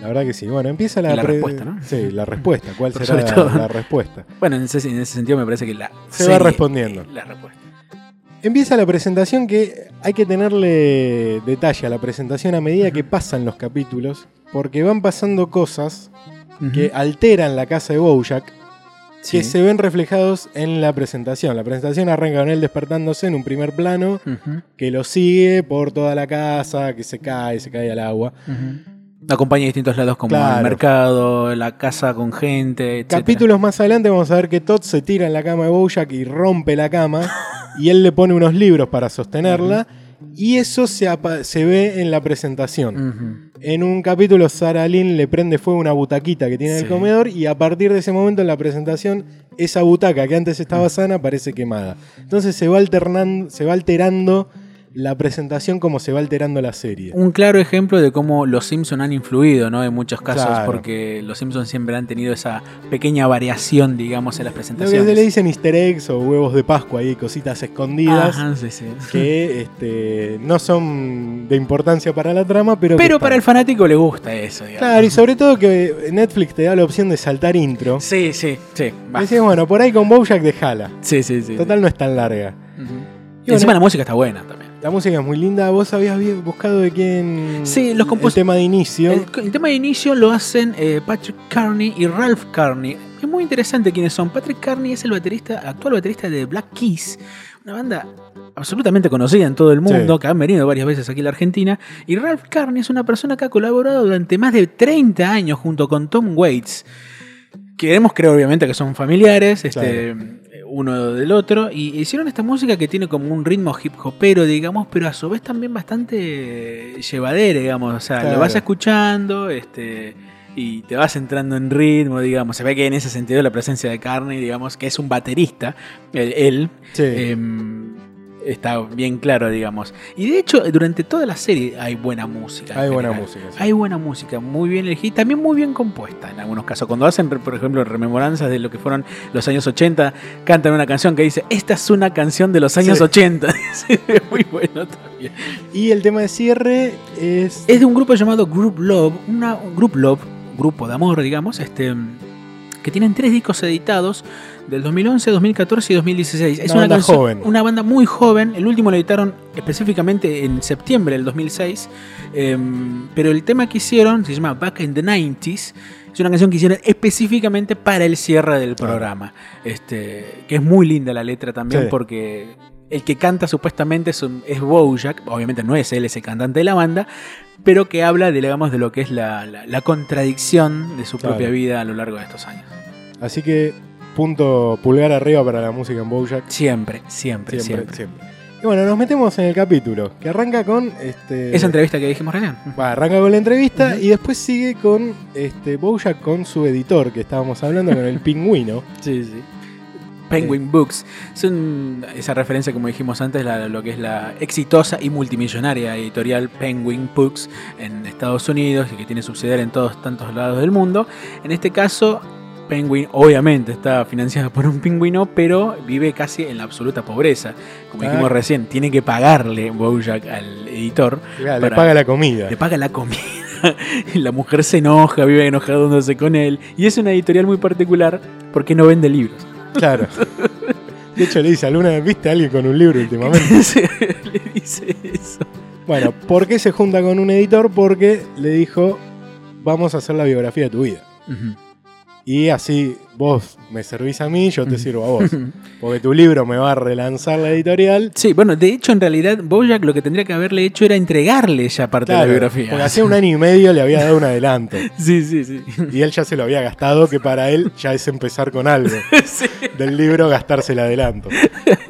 La verdad que sí. Bueno, empieza la,
Y la
pre-
respuesta, ¿no?
Sí, la respuesta. ¿Cuál
Por
será
sobre todo.
la, la respuesta?
Bueno, en ese, en ese sentido me parece que la.
Se va respondiendo.
eh, La respuesta.
Empieza la presentación que hay que tenerle detalle a la presentación a medida que pasan los capítulos, porque van pasando cosas que alteran la casa de Bojack,
Sí.
que se ven reflejados en la presentación. La presentación arranca con él despertándose en un primer plano,
Ujú,
que lo sigue por toda la casa, que se cae, se cae al agua.
ujú. Acompaña a distintos lados como
Claro.
el mercado, la casa con gente, etc.
Capítulos más adelante vamos a ver que Todd se tira en la cama de Bojack y rompe la cama, y él le pone unos libros para sostenerla, y eso se, apa- se ve en la presentación. En un capítulo, Sara Lynn le prende fuego una butaquita que tiene en el
Sí.
comedor y a partir de ese momento en la presentación, esa butaca que antes estaba sana parece quemada. Entonces se va alternando, se va alterando la presentación como se va alterando la serie.
Un claro ejemplo de cómo los Simpson han influido, ¿no? En muchos casos,
Claro.
porque los Simpson siempre han tenido esa pequeña variación, digamos, en las
Lo que
presentaciones.
se le dicen easter eggs o huevos de Pascua ahí, cositas escondidas.
Ajá, sí, sí.
Que este, no son de importancia para la trama, pero. que
Pero
están.
para el fanático le gusta eso, digamos.
Claro, y sobre todo que eh, Netflix te da la opción de saltar intro.
Sí, sí, sí. va.
Decís, bueno, por ahí con Bojack dejala.
Sí, sí, sí.
Total, no es tan larga.
Ujú.
Y
Encima
bueno.
la música está buena también.
La música es muy linda. Vos habías vi- buscado de quién.
Sí, los compos-
El tema de inicio.
El, el tema de inicio lo hacen eh, Patrick Carney y Ralph Carney. Es muy interesante quiénes son. Patrick Carney es el baterista, actual baterista de Black Keys, una banda absolutamente conocida en todo el mundo,
Sí.
que han venido varias veces aquí a la Argentina. Y Ralph Carney es una persona que ha colaborado durante más de 30 años junto con Tom Waits. Queremos creer, obviamente, que son familiares, este, uno del otro, y hicieron esta música que tiene como un ritmo hip hopero, digamos, pero a su vez también bastante llevadera, digamos. O sea,
Claro.
lo vas escuchando, este. Y te vas entrando en ritmo, digamos. Se ve que en ese sentido la presencia de Carney, digamos, que es un baterista, él, él,
Sí.
em, está bien claro, digamos. Y de hecho, durante toda la serie hay buena música. en
Hay buena
general.
música. sí.
Hay buena música, muy bien elegida, también muy bien compuesta en algunos casos. Cuando hacen, por ejemplo, rememoranzas de lo que fueron los años 80, cantan una canción que dice, esta es una canción de los años
Sí.
80. Sí, muy bueno también.
Y el tema de cierre es.
Es de un grupo llamado Group Love, una un Group Love, grupo de amor, digamos, este que tienen tres discos editados del 2011, 2014 y 2016. Es
Una banda
canción-
joven.
Una banda muy joven. El último lo editaron específicamente en septiembre del 2006. em, pero el tema que hicieron se llama Back in the 90s. Es una canción que hicieron específicamente para el cierre del
Claro.
programa. Este, que es muy linda la letra también
Sí.
porque el que canta supuestamente es, un- es Bojack. Obviamente no es él, es el cantante de la banda. Pero que habla, digamos, de lo que es la, la- la contradicción de su
Claro.
propia vida a lo largo de estos años.
Así que, punto pulgar arriba para la música en Bojack.
Siempre, siempre, siempre.
siempre. Y bueno, nos metemos en el capítulo, que arranca con. Este,
Esa entrevista que dijimos recién.
Va, arranca con la entrevista
Ujú.
y después sigue con este, Bojack con su editor, que estábamos hablando, con el pingüino.
Sí, sí. Penguin Books. Es un- esa referencia, como dijimos antes, la- lo que es la exitosa y multimillonaria editorial Penguin Books en Estados Unidos y que tiene subsidiaria en todos tantos lados del mundo. En este caso, Penguin obviamente está financiada por un pingüino, pero vive casi en la absoluta pobreza. Como
Ah.
dijimos recién, tiene que pagarle Bojack al editor
Mirá, le
Para-
paga la comida.
le paga la comida. La mujer se enoja, vive enojándose con él. Y es una editorial muy particular porque no vende libros.
Claro. De hecho, le dice: ¿Alguna vez viste a alguien con un libro últimamente?
Le dice eso.
Bueno, ¿por qué se junta con un editor? Porque le dijo, vamos a hacer la biografía de tu vida. Y así vos me servís a mí, yo te sirvo a vos. Porque tu libro me va a relanzar la editorial.
Sí, bueno, de hecho, en realidad, Bojack lo que tendría que haberle hecho era entregarle ya parte de la
Claro, Porque
biografía.
hacía un año y medio le había dado un adelanto.
Sí, sí, sí.
Y él ya se lo había gastado, que para él ya es empezar con algo.
Sí,
Del libro gastarse el adelanto.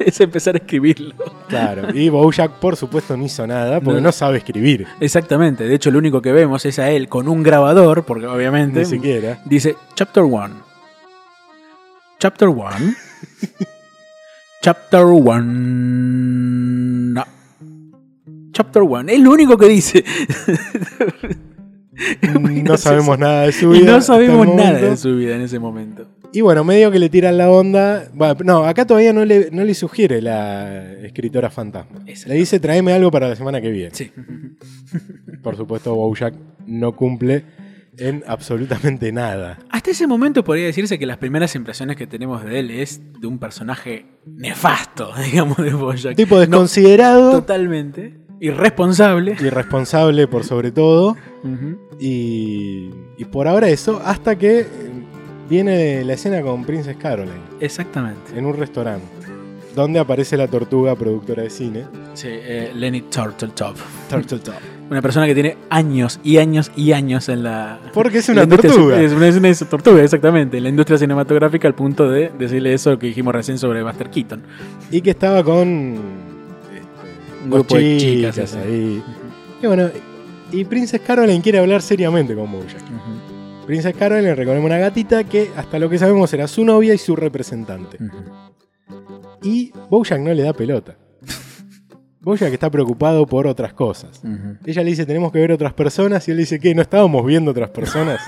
es empezar a escribirlo.
Claro. Y Bojack, por supuesto, no hizo nada porque
No.
no, sabe escribir.
Exactamente. De hecho, lo único que vemos es a él con un grabador, porque obviamente.
Ni siquiera.
Dice Chapter 1. Chapter 1. chapter 1. No. Chapter 1. Es lo único que dice.
No sabemos nada de su vida.
Y
este
no
hasta el
sabemos nada
momento.
de su vida en ese momento.
Y bueno, medio que le tiran la onda. Bueno, no, acá todavía no le, no le sugiere la escritora fantasma.
Exacto.
Le dice, tráeme algo para la semana que viene.
Sí.
Por supuesto, Bojack no cumple. en absolutamente nada.
Hasta ese momento podría decirse que las primeras impresiones que tenemos de él es de un personaje nefasto, digamos, de Bojack.
Tipo
No,
desconsiderado,
totalmente. Irresponsable.
irresponsable por sobre todo.
Ujú.
Y, y por ahora eso, hasta que eh, viene la escena con Princess Caroline
Exactamente.
en un restaurante. Donde aparece la tortuga productora de cine.
Sí, eh, Lenny Turtletop.
Turtle Top.
Una persona que tiene años y años y años en la.
Porque es
en
una
la industria-
tortuga.
Es una, es una- es una tortuga, exactamente. En la industria cinematográfica, al punto de decirle eso que dijimos recién sobre Buster Keaton.
Y que estaba con este,
Un
dos
grupo de chicas, así.
ahí. Y bueno, y Princess Caroline quiere hablar seriamente con Bojack.
Ujú,
Princess Caroline reconocemos una gatita que hasta lo que sabemos era su novia y su representante.
ujú.
Y Bojack no le da pelota. Bojack está preocupado por otras cosas.
Ujú.
Ella le dice, tenemos que ver otras personas. Y él dice, ¿qué? ¿No estábamos viendo otras personas?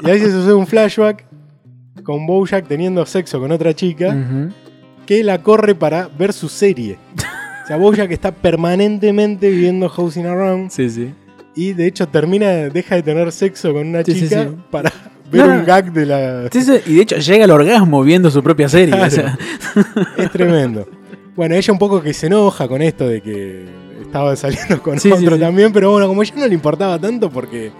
y ahí se sucede un flashback con Bojack teniendo sexo con otra chica
Ujú.
que la corre para ver su serie. O sea, Bojack está permanentemente viendo Housing Around
Sí, sí.
y de hecho termina, deja de tener sexo con una
Sí, sí,
chica
sí.
para ver
No.
un gag de la...
Sí, sí, Y de hecho llega al orgasmo viendo su propia serie. o sea.
Es tremendo. Bueno, ella un poco que se enoja con esto de que estaba saliendo con
Sí, sí,
otro
sí.
también, pero bueno, como ya no le importaba tanto porque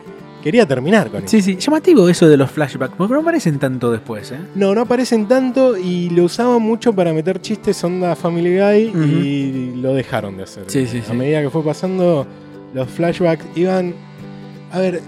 quería terminar con eso.
sí, sí. Llamativo eso de los flashbacks. Porque no aparecen tanto después, ¿eh?
No, no aparecen tanto y lo usaban mucho para meter chistes onda Family Guy
Ujú.
y lo dejaron de hacer.
Sí, sí,
A
sí.
medida que fue pasando, los flashbacks iban. A ver,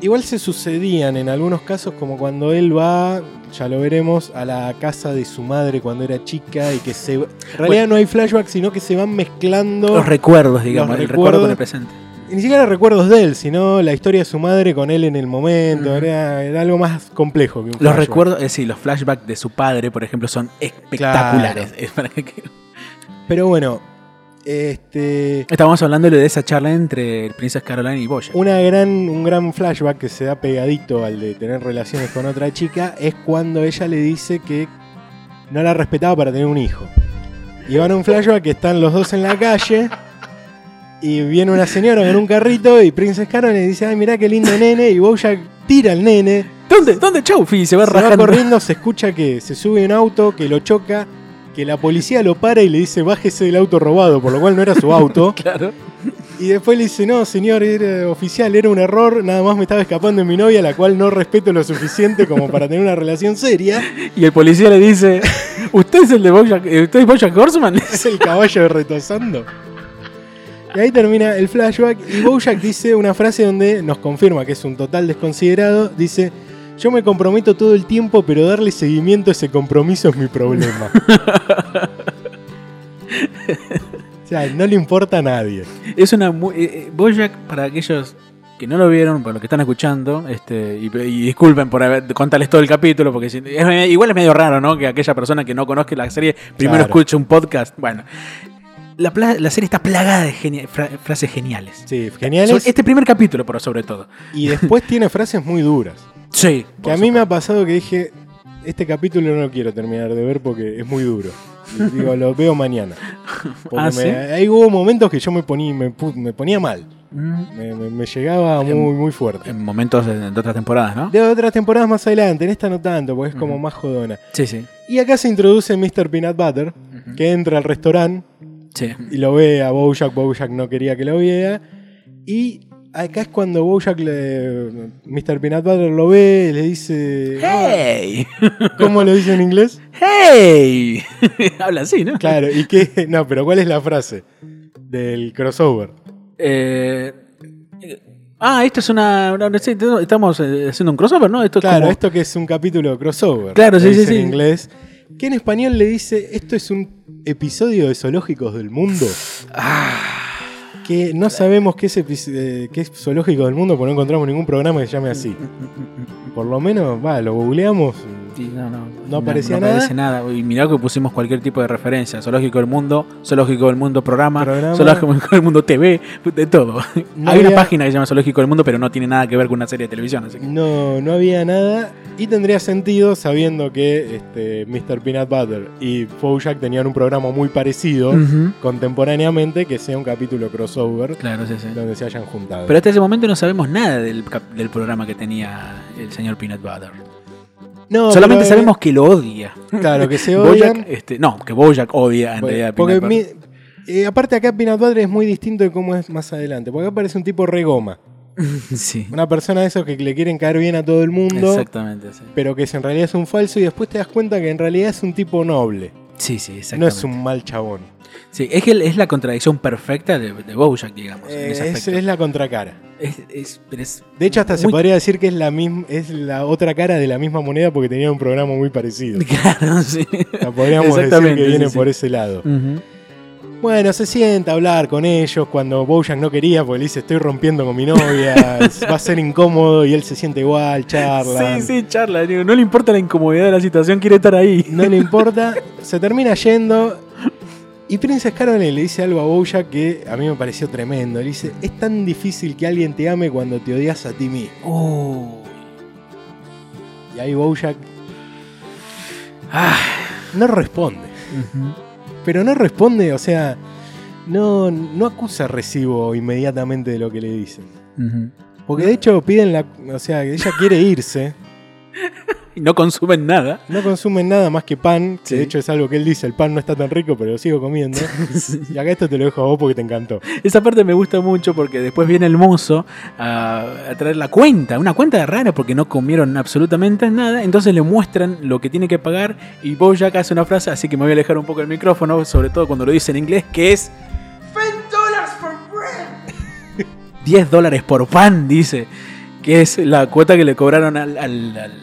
igual se sucedían en algunos casos, como cuando él va, ya lo veremos, a la casa de su madre cuando era chica y que se. En realidad no hay flashbacks, sino que se van mezclando.
Los recuerdos, digamos.
Los
el recuerdo con el
recuerdos.
presente.
ni siquiera recuerdos de él, sino la historia de su madre con él en el momento.
Ujú.
era, era algo más complejo que un
Los
flashback.
recuerdos, eh, sí, los flashbacks de su padre, por ejemplo, son espectaculares. Es para que-
Pero bueno, este.
Estábamos hablando de esa charla entre el Princess Caroline y Boya.
Una gran, un gran flashback que se da pegadito al de tener relaciones con otra chica es cuando ella le dice que no la respetaba para tener un hijo. Y van a un flashback que están los dos en la calle y viene una señora con un carrito y Princess Carol le dice, ay, mirá qué lindo nene y Bojack tira al nene,
¿Dónde? ¿Dónde? Chau, Fi, se va
se va
rajando.
corriendo, se escucha que se sube un auto, que lo choca, que la policía lo para y le dice, bájese del auto robado, por lo cual no era su auto.
Claro.
Y después le dice, no, señor, era oficial, era un error, nada más me estaba escapando de mi novia, la cual no respeto lo suficiente como para tener una relación seria.
Y el policía le dice: ¿Usted es el de Bojack, eh, ¿Usted es Bojack Horseman?
Es el caballo retosando. Y ahí termina el flashback y Bojack dice una frase donde nos confirma que es un total desconsiderado. Dice, yo me comprometo todo el tiempo, pero darle seguimiento a ese compromiso es mi problema. o sea, no le importa a nadie.
Es una mu- eh, eh, Bojack, para aquellos que no lo vieron, para los que están escuchando, este, y, y disculpen por haber- contarles todo el capítulo, porque si- es me- igual es medio raro, ¿no? Que aquella persona que no conozca la serie primero
Claro.
escuche un podcast. Bueno, la, pla- la serie está plagada de geni- fra- frases geniales.
Sí,
Sobre-
geniales.
Este primer capítulo, pero sobre todo.
Y después tiene frases muy duras.
Sí.
Que a mí me ha pasado que dije, este capítulo no lo quiero terminar de ver porque es muy duro. Y digo, lo veo mañana. Porque
Ah,
me-
¿sí?
Ahí hubo momentos que yo me, poní, me, pu- me ponía mal. Me, me- me llegaba muy, muy fuerte.
Mm, En momentos de, de otras temporadas, ¿no?
De otras temporadas más adelante, en esta no tanto, porque es como
Ujú.
más jodona.
Sí, sí.
Y acá se introduce Mr. Peanut Butter, que entra al restaurante
Sí.
y lo ve a Bojack. Bojack no quería que lo viera. Y acá es cuando Bojack, le, Mr. Peanut Butter lo ve y le dice...
¡Hey!
¿Cómo lo dice en inglés?
¡Hey! Habla así, ¿no?
Claro, y que. No, pero ¿cuál es la frase del crossover?
Eh, ah, esto es una. una- sí, estamos eh, haciendo un crossover, ¿no? Esto es
Claro, este-
como-
esto que es un capítulo crossover.
Claro, sí,
le dice
sí, sí.
En inglés. Que en español le dice: Esto es un episodio de Zoológicos del Mundo.
Ah.
Que no sabemos qué es, epi- eh, qué es
Mm,
Zoológicos del Mundo, porque no encontramos ningún programa que se llame así. Por lo menos, va, lo googleamos.
Sí, no, no.
No aparecía nada.
aparece nada. Y mirá que pusimos cualquier tipo de referencia. Zoológico del Mundo, Zoológico del Mundo Programa,
Programa.
Zoológico del Mundo TV, de todo.
No
Hay una
había- Mm.
página que se llama Zoológico del Mundo, pero no tiene nada que ver con una serie de televisión. Así que...
No, no había nada. Y tendría sentido sabiendo que este, Mr. Peanut Butter y Bojack tenían un programa muy parecido
Ujú.
contemporáneamente que sea un capítulo crossover
Claro, sí, sí.
donde se hayan juntado.
Pero hasta ese momento no sabemos nada del, cap- del programa que tenía el señor Peanut Butter.
No,
Solamente
pero, eh,
sabemos que lo odia.
Claro, que se
Bojack,
odian.
este, no, que Bojack odia en realidad a
porque
Peanut Butter.
mi- eh, aparte acá Peanut Butter es muy distinto de cómo es más adelante. Porque acá parece un tipo regoma.
Sí,
Una persona de esos que le quieren caer bien a todo el mundo.
exactamente. Sí,
Pero que es- en realidad es un falso y después te das cuenta que en realidad es un tipo noble.
sí, sí, exactamente.
No es un mal chabón.
Sí, es, que es la contradicción perfecta de, de Bojack, digamos. en
Eh,
ese
es,
aspecto.
es la contracara.
Es- es- pero es-
De hecho, hasta se
Muy-
podría decir que es la misma, es la otra cara de la misma moneda porque tenía un programa muy parecido.
claro, sí.
La podríamos decir
Exactamente,
que
sí,
viene
sí.
por ese lado.
Ujú.
Bueno, se sienta a hablar con ellos cuando Bojack no quería porque le dice estoy rompiendo con mi novia, es- va a ser incómodo y él se siente igual, charla.
Sí, sí, charla. digo, no le importa la incomodidad de la situación, quiere estar ahí.
No le importa, se termina yendo. Y Princess Caroline le dice algo a Bojack que a mí me pareció tremendo. Le dice, es tan difícil que alguien te ame cuando te odias a ti mismo.
Oh.
Y ahí Bojack
Ah.
no responde.
Ujú.
Pero no responde, o sea, no, no acusa recibo inmediatamente de lo que le dicen.
Ujú.
Porque de hecho piden la. O sea, ella quiere irse,
Y no consumen nada.
no consumen nada más que pan, que
Sí.
de hecho es algo que él dice: el pan no está tan rico, pero lo sigo comiendo. Y acá esto te lo dejo a vos porque te encantó.
Esa parte me gusta mucho porque después viene el mozo a, a traer la cuenta, una cuenta rara porque no comieron absolutamente nada, entonces le muestran lo que tiene que pagar y Bojack hace una frase, así que me voy a alejar un poco del micrófono, sobre todo cuando lo dice en inglés, que es... $10 dólares por pan, dice, que es la cuota que le cobraron al, al- al-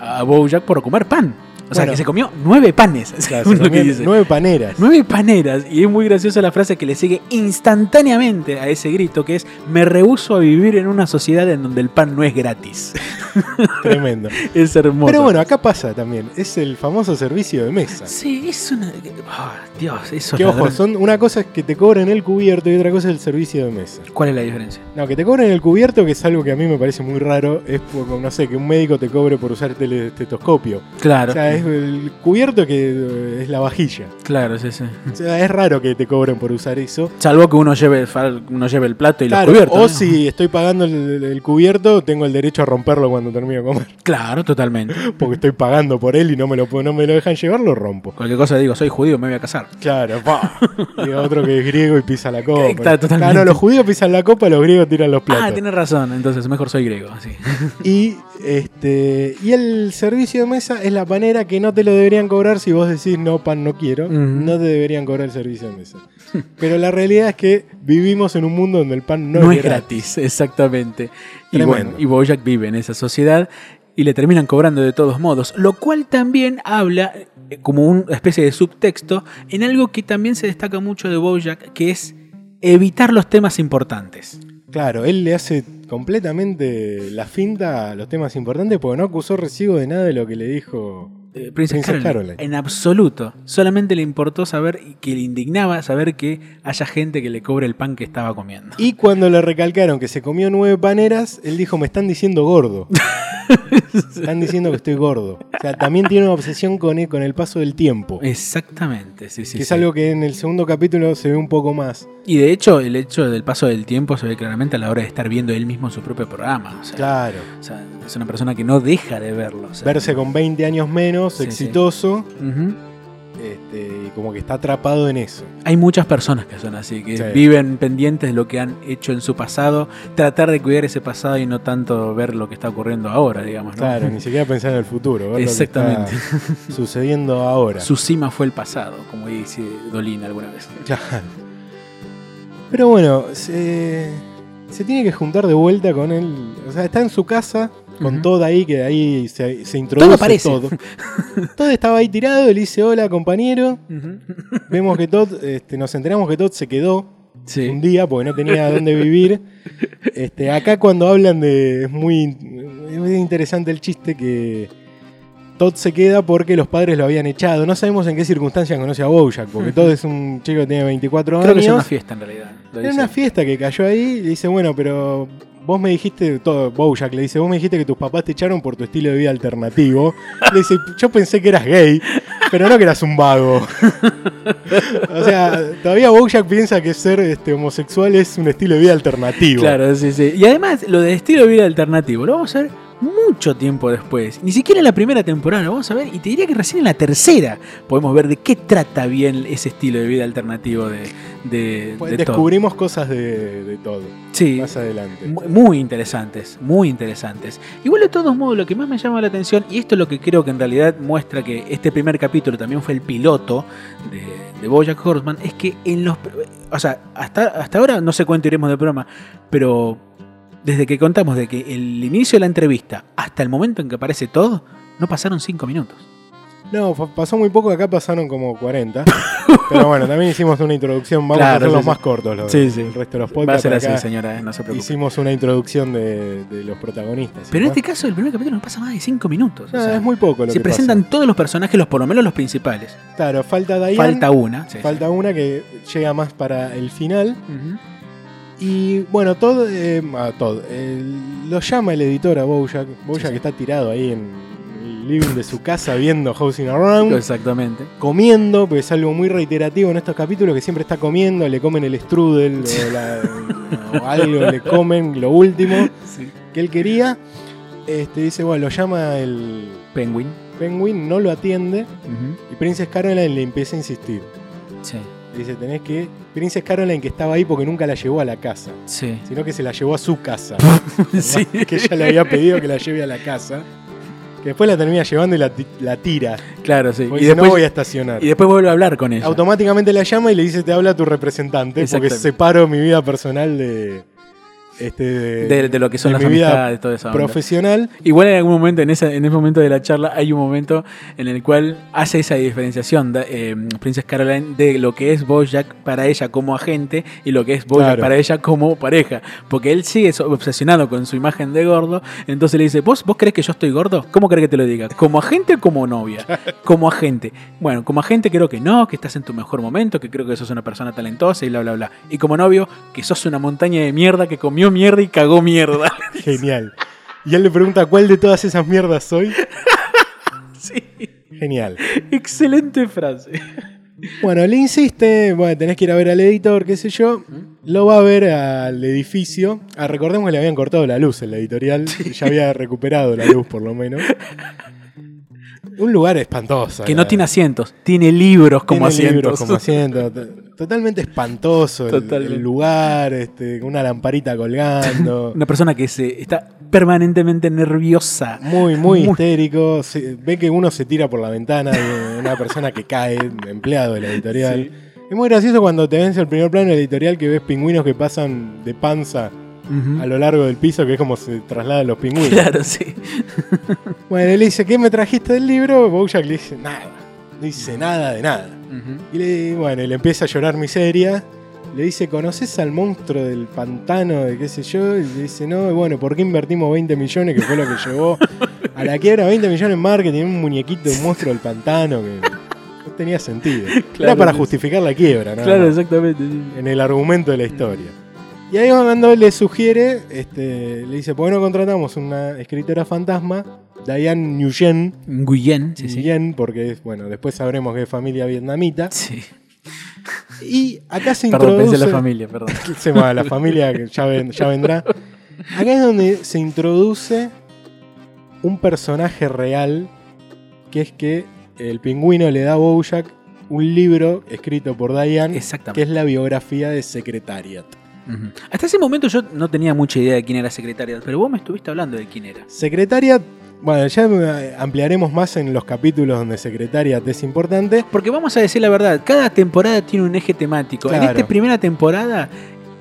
a Bojack por comer pan. O sea,
Bueno.
que se comió nueve panes,
Claro,
según
se
lo que
comían
dice.
nueve paneras.
Nueve paneras, y es muy graciosa la frase que le sigue instantáneamente a ese grito, que es, me rehúso a vivir en una sociedad en donde el pan no es gratis.
Tremendo.
Es hermoso.
Pero bueno, acá pasa también. Es el famoso servicio de mesa.
Sí, es una... ah, Dios, eso
Que ojo, son, una cosa es que te cobren el cubierto y otra cosa es el servicio de mesa.
¿Cuál es la diferencia?
No, que te cobren el cubierto, que es algo que a mí me parece muy raro, es por, no sé, que un médico te cobre por usar el estetoscopio.
Claro,
O sea, es el cubierto que eh, es la vajilla.
claro, sí, sí.
O sea, es raro que te cobren por usar eso.
Salvo que uno lleve, el fal- uno lleve el plato y
Claro,
los cubiertos.
o
¿no?
si estoy pagando el, el cubierto, tengo el derecho a romperlo cuando termino de comer.
Claro, totalmente.
Porque estoy pagando por él y no me lo, puedo- no me lo dejan llevar, lo rompo.
Cualquier cosa digo, soy judío, me voy a casar.
Claro, pa. y otro que es griego y pisa la copa.
Está totalmente.
Claro, los judíos pisan la copa, los griegos tiran los platos.
Ah, tienes razón, entonces mejor soy griego, sí.
Y este y el servicio de mesa es la panera que no te lo deberían cobrar si vos decís no pan no quiero,
Ujú.
no te deberían cobrar el servicio de mesa. Pero la realidad es que vivimos en un mundo donde el pan no,
no, es gratis, exactamente. Y,
Tremendo.
bueno, y Bojack vive en esa sociedad y le terminan cobrando de todos modos, lo cual también habla eh, como una especie de subtexto en algo que también se destaca mucho de Bojack, que es evitar los temas importantes.
Claro, él le hace completamente la finta a los temas importantes porque no acusó recibo de nada de lo que le dijo.
Eh, Princess,
Princess
Caroline,
Caroline.
En absoluto. Solamente le importó saber y que le indignaba saber que haya gente que le cobre el pan que estaba comiendo.
Y cuando le recalcaron que se comió nueve paneras, él dijo, me están diciendo gordo. están diciendo que estoy gordo. O sea, también tiene una obsesión con el, con el paso del tiempo.
Exactamente, sí, sí.
que es
sí.
algo que en el segundo capítulo se ve un poco más.
Y de hecho, el hecho del paso del tiempo se ve claramente a la hora de estar viendo él mismo su propio programa. O sea,
Claro.
o sea, es una persona que no deja de verlo. o sea.
Verse con 20 años menos,
Sí, sí.
exitoso,
Ujú.
este, y como que está atrapado en eso.
Hay muchas personas que son así, que
Sí.
viven pendientes de lo que han hecho en su pasado, tratar de cuidar ese pasado y no tanto ver lo que está ocurriendo ahora, digamos. ¿no?
Claro, ni siquiera pensar en el futuro. ver lo que está
Exactamente.
sucediendo ahora.
Su cima fue el pasado, como dice Dolina alguna vez.
Claro. Pero bueno, se, se tiene que juntar de vuelta con él. O sea, está en su casa, con
Ujú.
todo ahí, que ahí se, se introduce
aparece.
todo. Todd estaba ahí tirado, le dice hola compañero.
Ujú.
Vemos que Todd, este, nos enteramos que Todd se quedó un
Sí.
día porque no tenía dónde vivir. Este, acá cuando hablan de. es muy es muy interesante el chiste que. Todd se queda porque los padres lo habían echado. No sabemos en qué circunstancias conoce a Bojack, porque Todd es un chico que tiene 24
Creo que
años.
es una fiesta en realidad. lo
Era
dice.
una fiesta que cayó ahí y le dice, bueno, pero vos me dijiste, todo, Bojack le dice, vos me dijiste que tus papás te echaron por tu estilo de vida alternativo. Le dice, yo pensé que eras gay, pero no que eras un vago. o sea, todavía Bojack piensa que ser este, homosexual es un estilo de vida alternativo.
Claro, sí, sí. Y además, lo de estilo de vida alternativo, lo vamos a ver mucho tiempo después. Ni siquiera en la primera temporada, lo vamos a ver. Y te diría que recién en la tercera podemos ver de qué trata bien ese estilo de vida alternativo de, de,
Pues
de Todd.
descubrimos cosas de, de todo
Sí.
más adelante.
Mu- Muy interesantes, muy interesantes. Igual de todos modos, lo que más me llama la atención, y esto es lo que creo que en realidad muestra que este primer capítulo también fue el piloto de, de Bojack Horseman, es que en los... pr- O sea, hasta, hasta ahora no sé cuánto iremos de programa, pero desde que contamos de que el inicio de la entrevista hasta el momento en que aparece todo, no pasaron cinco minutos.
No, fa- pasó muy poco, acá pasaron como 40. pero bueno, también hicimos una introducción, vamos a
Claro,
hacerlos
sí, sí.
más cortos los,
Sí, sí.
el resto de los
Va a
podcasts.
ser así,
acá
señora, eh, no se preocupe.
Hicimos una introducción de, de los protagonistas.
Pero en
¿no?
este caso, el primer capítulo no pasa más de cinco minutos. o
Ah,
sea,
es muy poco lo
se
que
presentan todos los personajes, los por lo menos los principales.
pasa. Claro, falta Diane,
Falta una. sí,
falta una que llega más para el final.
sí. Ujú.
Y bueno, Todd, eh, ah, Todd, el- lo llama el editor a Bojack. Bojack
sí.
está tirado ahí en el living de su casa viendo Housing Around.
Exactamente.
comiendo, porque es algo muy reiterativo en estos capítulos, que siempre está comiendo, le comen el strudel o, la- o algo, le comen lo último que él quería. Este, dice, bueno, lo llama el
Penguin.
Penguin, no lo atiende, y Princess Caroline le empieza a insistir.
Sí,
Dice, tenés que... Princess Caroline que estaba ahí porque nunca la llevó a la casa,
sí.
sino que se la llevó a su casa.
Sí.
Que ella le había pedido que la lleve a la casa. Que después la termina llevando y la, ti- la tira.
Claro, sí.
porque
Y
dice, no
después,
voy a estacionar.
y después vuelve a hablar con ella.
automáticamente la llama y le dice te habla tu representante porque
Exactamente.
separo mi vida personal de este de-
de, de lo que son
de
las
mi vida
amistades, todo eso.
profesional
Igual en algún momento, en, esa, en ese momento de la charla, hay un momento en el cual hace esa diferenciación, da- eh, Princess Caroline, de lo que es Bojack para ella como agente y lo que es Bojack
Claro.
para ella como pareja. Porque él sigue so- obsesionado con su imagen de gordo, entonces le dice, ¿vos, vos crees que yo estoy gordo? ¿Cómo crees que te lo diga? ¿Como agente o como novia? Como agente. Bueno, como agente creo que no, que estás en tu mejor momento, que creo que sos una persona talentosa y bla, bla, bla. Y como novio, que sos una montaña de mierda que comió mierda y cagó mierda.
genial y él le pregunta cuál de todas esas mierdas soy
sí.
genial
Excelente frase.
bueno le insiste bueno tenés que ir a ver al editor qué sé yo lo va a ver al edificio ah, recordemos que le habían cortado la luz en la editorial ya había recuperado la luz por lo menos un lugar espantoso
Que no
la-
tiene asientos, tiene libros
Tiene
como asientos.
libros como asiento. T- Totalmente espantoso el-
Totalmente.
el lugar, este, con una lamparita colgando.
Una persona que se está permanentemente nerviosa.
Muy, muy
Muy-
histérico. Se- ve que uno se tira por la ventana de una persona que cae, un empleado de la editorial. Es muy gracioso cuando te ves el primer plano de la editorial que ves pingüinos que pasan de panza
Ujú.
a lo largo del piso, que es como se trasladan los pingüinos.
Claro, sí.
Bueno, le dice, ¿qué me trajiste del libro? Bojack le dice, nada. No dice nada de nada. Y le, bueno, y le empieza a llorar miseria. Le dice, ¿conoces al monstruo del pantano de qué sé yo? Y le dice, no, y bueno, ¿por qué invertimos 20 millones? Que fue lo que llevó a la quiebra, 20 millones en marketing, un muñequito, un monstruo del pantano que no tenía sentido. Era
Claro,
para
sí.
justificar la quiebra, ¿no?
Claro, exactamente. sí.
En el argumento de la historia. Y ahí cuando le sugiere, este, le dice, ¿por qué no contratamos una escritora fantasma? Diane Nguyen,
Nguyen, sí, sí.
Nguyen, porque es, bueno, después sabremos que es familia vietnamita.
Sí.
Y acá se
Perdón,
introduce.
pensé en la familia, perdón.
Se va, la familia que ya, ven- ya vendrá. Acá es donde se introduce un personaje real, que es que el pingüino le da a Bojack un libro escrito por Diane, que
Exactamente.
es la biografía de Secretariat.
Ujú. Hasta ese momento yo no tenía mucha idea de quién era secretaria, pero vos me estuviste hablando de quién era.
Secretariat, bueno, ya eh, ampliaremos más en los capítulos donde Secretariat es importante.
Porque vamos a decir la verdad, cada temporada tiene un eje temático. En
Claro.
esta primera temporada,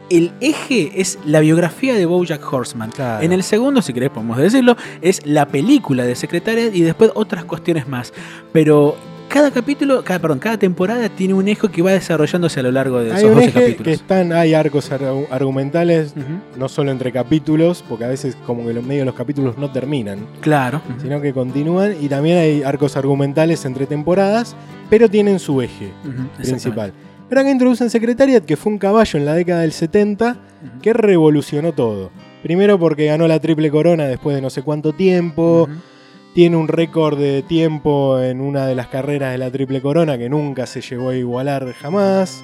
el eje es la biografía de Bojack Horseman.
Claro.
En el segundo, si querés podemos decirlo, es la película de Secretariat y después otras cuestiones más. Pero cada capítulo, cada, perdón, cada temporada tiene un eje que va desarrollándose a lo largo de
Hay
esos
un
12
eje que
capítulos.
están, hay arcos ar- argumentales,
Ujú.
no solo entre capítulos, porque a veces como que en medio de los capítulos no terminan,
Claro.
sino que continúan y también hay arcos argumentales entre temporadas, pero tienen su eje
Ujú, exactamente.
principal. Pero acá introducen Secretariat, que fue un caballo en la década del 70
Ujú.
que revolucionó todo. Primero porque ganó la triple corona después de no sé cuánto tiempo,
Ujú.
tiene un récord de tiempo en una de las carreras de la triple corona que nunca se llegó a igualar jamás.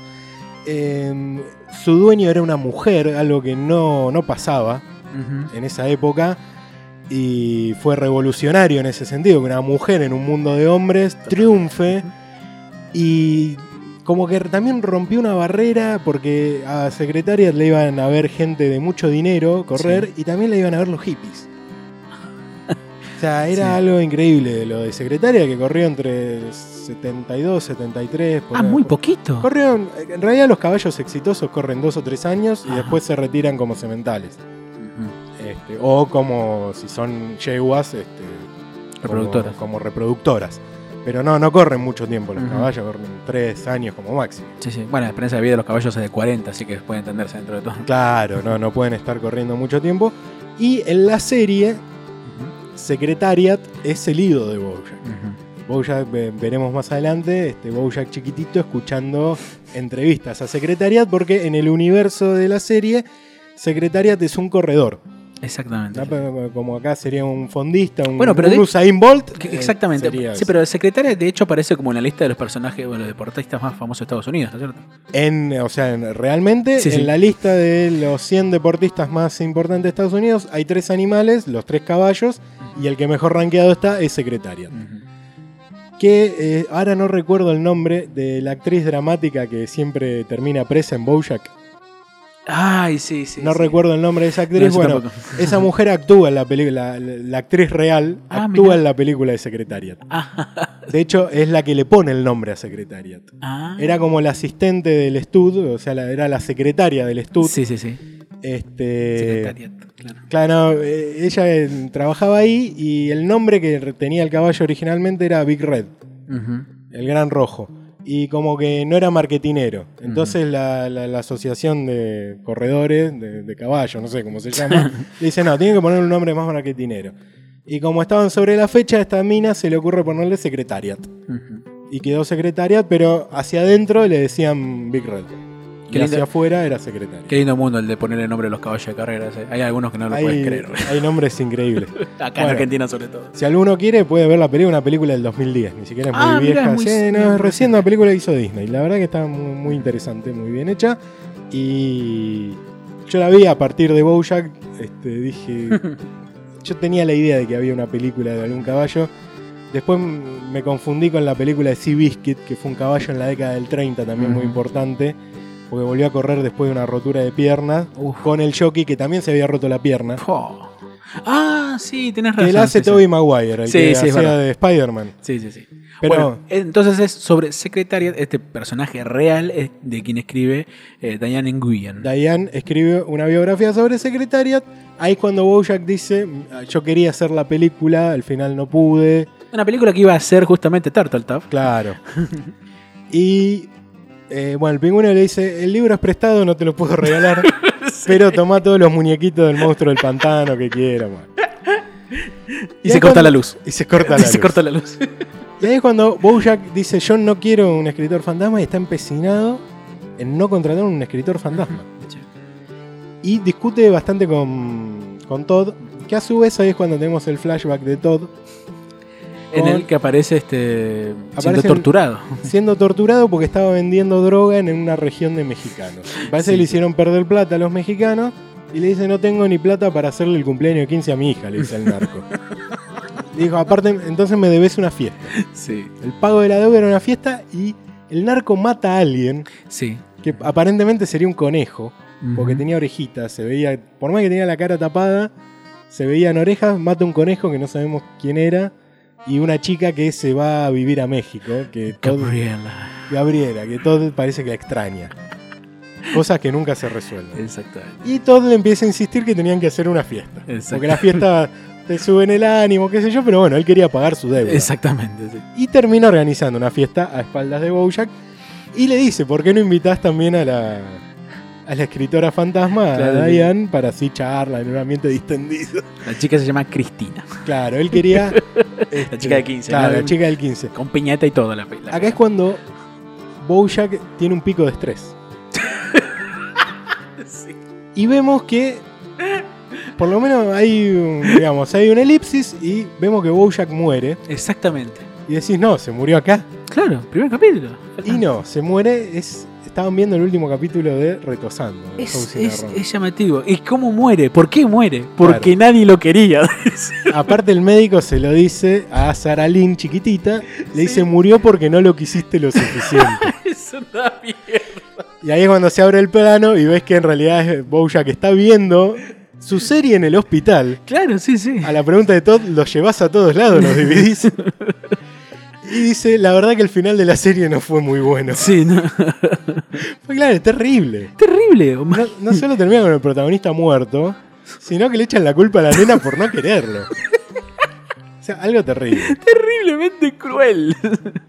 Eh, su dueño era una mujer, algo que no, no pasaba
Ujú.
en esa época. Y fue revolucionario en ese sentido, que una mujer en un mundo de hombres triunfe. Y como que también rompió una barrera porque a secretarias le iban a ver gente de mucho dinero correr y también le iban a ver los hippies. O sea, era
Sí.
algo increíble lo de secretaria que corrió entre 72, 73. por
Ah,
ahí.
muy poquito.
Corrieron, en realidad los caballos exitosos corren dos o tres años y
Ajá.
después se retiran como sementales.
Ujú.
Este, o como si son yeguas, este, como-
Reproductoras.
Como, reproductoras. Pero no, no corren mucho tiempo los
Ujú.
caballos, corren tres años como máximo.
Sí, sí. Bueno, la experiencia de vida de los caballos es de 40, así que puede entenderse dentro de todo.
Claro, no, no pueden estar corriendo mucho tiempo. Y en la serie,
Ujú.
Secretariat es el ido de Bojack.
Ujú.
Bojack, ve- veremos más adelante, este Bojack chiquitito escuchando entrevistas a Secretariat, porque en el universo de la serie, Secretariat es un corredor.
Exactamente.
¿no? Como acá sería un fondista, un,
Bueno, pero
un
de-
Usain Bolt.
Que-
eh,
Exactamente.
sería
Sí, pero el secretario de hecho aparece como en la lista de los personajes, bueno, los deportistas más famosos de Estados Unidos, ¿no es cierto?
En, o sea, en- realmente
Sí, sí.
en la lista de los 100 deportistas más importantes de Estados Unidos hay tres animales, los tres caballos, y el que mejor rankeado está es Secretariat. Que eh, ahora no recuerdo el nombre de la actriz dramática que siempre termina presa en Bojack.
Ay, sí, sí.
no
sí.
recuerdo el nombre de esa
No,
actriz.
yo
bueno,
tampoco.
esa mujer actúa en la película, la, la actriz real
Ah,
actúa
mirá.
en la película de Secretariat.
Ah,
De hecho, es la que le pone el nombre a Secretariat.
ah.
Era como la asistente del Stud, o sea, la- era la secretaria del Stud.
Sí, sí, sí.
Este,
Secretariat, claro.
Claro, no, eh, ella eh, trabajaba ahí y el nombre que re- tenía el caballo originalmente era Big Red,
Ujú.
el Gran Rojo. Y como que no era marketinero. Entonces la, la- la asociación de corredores de, de caballo, no sé cómo se llama, le dice, no, tiene que poner un nombre más marketinero. Y como estaban sobre la fecha, a esta mina se le ocurre ponerle Secretariat.
Ujú.
Y quedó Secretariat, pero hacia adentro le decían Big Red.
Qué
Y
lindo.
hacia afuera era Secretariat.
Qué lindo mundo el de ponerle nombre a los caballos de carreras. eh. Hay algunos que no lo pueden
Hay,
creer.
hay nombres increíbles.
Acá en
Bueno.
Argentina sobre todo.
Si alguno quiere, puede ver la película, una película del 2010, ni siquiera es muy
Ah, mirá,
vieja.
es muy-
Sí, no,
muy
es recién
reciente.
una película que hizo Disney. La verdad que está muy, muy interesante, muy bien hecha. Y yo la vi a partir de Bojack. Este, dije, yo tenía la idea de que había una película de algún caballo. Después m- me confundí con la película de Sea Biscuit, que fue un caballo en la década del 30 también muy
Ujú.
importante, porque volvió a correr después de una rotura de pierna,
Uf.
con el jockey que también se había roto la pierna.
Po. Oh. Ah, sí, tenés razón.
Que la hace
sí, sí.
Tobey Maguire, el
Sí,
que
sí, es
hacía
verdad.
de Spider-Man.
Sí, sí, sí.
Pero-
bueno, entonces es sobre Secretariat, este personaje real es de quien escribe eh, Diane Nguyen.
Diane escribe una biografía sobre Secretariat. Ahí es cuando Bojack dice, yo quería hacer la película, al final no pude.
Una película que iba a ser justamente Turtle Tough.
Claro. y eh, bueno, el pingüino le dice, el libro es prestado, no te lo puedo regalar. Pero toma todos los muñequitos del monstruo del pantano que quieras. bueno".
Y,
ahí
se corta
cuando-
la luz.
Y se corta la
se
luz.
corta la luz.
Y ahí es cuando Bojack dice, yo no quiero un escritor fantasma y está empecinado en no contratar un escritor fantasma. y discute bastante con, con Todd, que a su vez ahí es cuando tenemos el flashback de Todd
en el que aparece este siendo
Aparecen-
torturado.
siendo torturado porque estaba vendiendo droga en una región de mexicanos. Parece
Sí.
que le hicieron perder plata a los mexicanos y le dice no tengo ni plata para hacerle el cumpleaños de 15 a mi hija, le dice el narco. Dijo, aparte, entonces me debes una fiesta.
Sí,
El pago de la droga era una fiesta y el narco mata a alguien
sí.
que aparentemente sería un conejo. Porque
Ujú.
tenía orejitas, se veía. Por más que tenía la cara tapada, se veían orejas, mata un conejo que no sabemos quién era. Y una chica que se va a vivir a México, que Todd-
Gabriela.
Gabriela, que Todd parece que la extraña. Cosas que nunca se resuelven.
Exactamente.
Y Todd le empieza a insistir que tenían que hacer una fiesta.
Exacto.
Porque la fiesta te suben el ánimo, qué sé yo, pero bueno, él quería pagar su deuda.
Exactamente, sí.
Y termina organizando una fiesta a espaldas de Bojack y le dice, ¿por qué no invitas también a la, a la escritora fantasma,
Claro.
a Diane, para así charla en un ambiente distendido?
La chica se llama Cristina.
Claro, él quería...
La
este,
chica de 15.
Claro,
¿no?
la chica del 15.
Con piñata y todo la pela.
Acá es cuando Bojack tiene un pico de estrés. Y vemos que, por lo menos hay, un- digamos, hay una elipsis y vemos que Bojack muere.
Exactamente.
Y decís, no, se murió acá.
Claro, primer capítulo.
Y no, se muere. Es, estaban viendo el último capítulo de Retosando. de
Es,
Housing
es-
Arrow.
es llamativo. ¿Y cómo muere? ¿Por qué muere? Porque nadie lo quería.
Aparte el médico se lo dice a Sarah Lynn chiquitita. Le dice, murió porque no lo quisiste lo suficiente.
Eso está bien.
y ahí es cuando se abre el plano y ves que en realidad es Bojack está viendo su serie en el hospital.
Claro, sí, sí.
A la pregunta de Todd, ¿los llevas a todos lados? ¿Los dividís? Y dice, la verdad que el final de la serie no fue muy bueno.
Sí, no.
Fue claro, es terrible.
Terrible.
No, no solo termina con el protagonista muerto, sino que le echan la culpa a la nena por no quererlo. O sea, algo terrible.
Terriblemente cruel.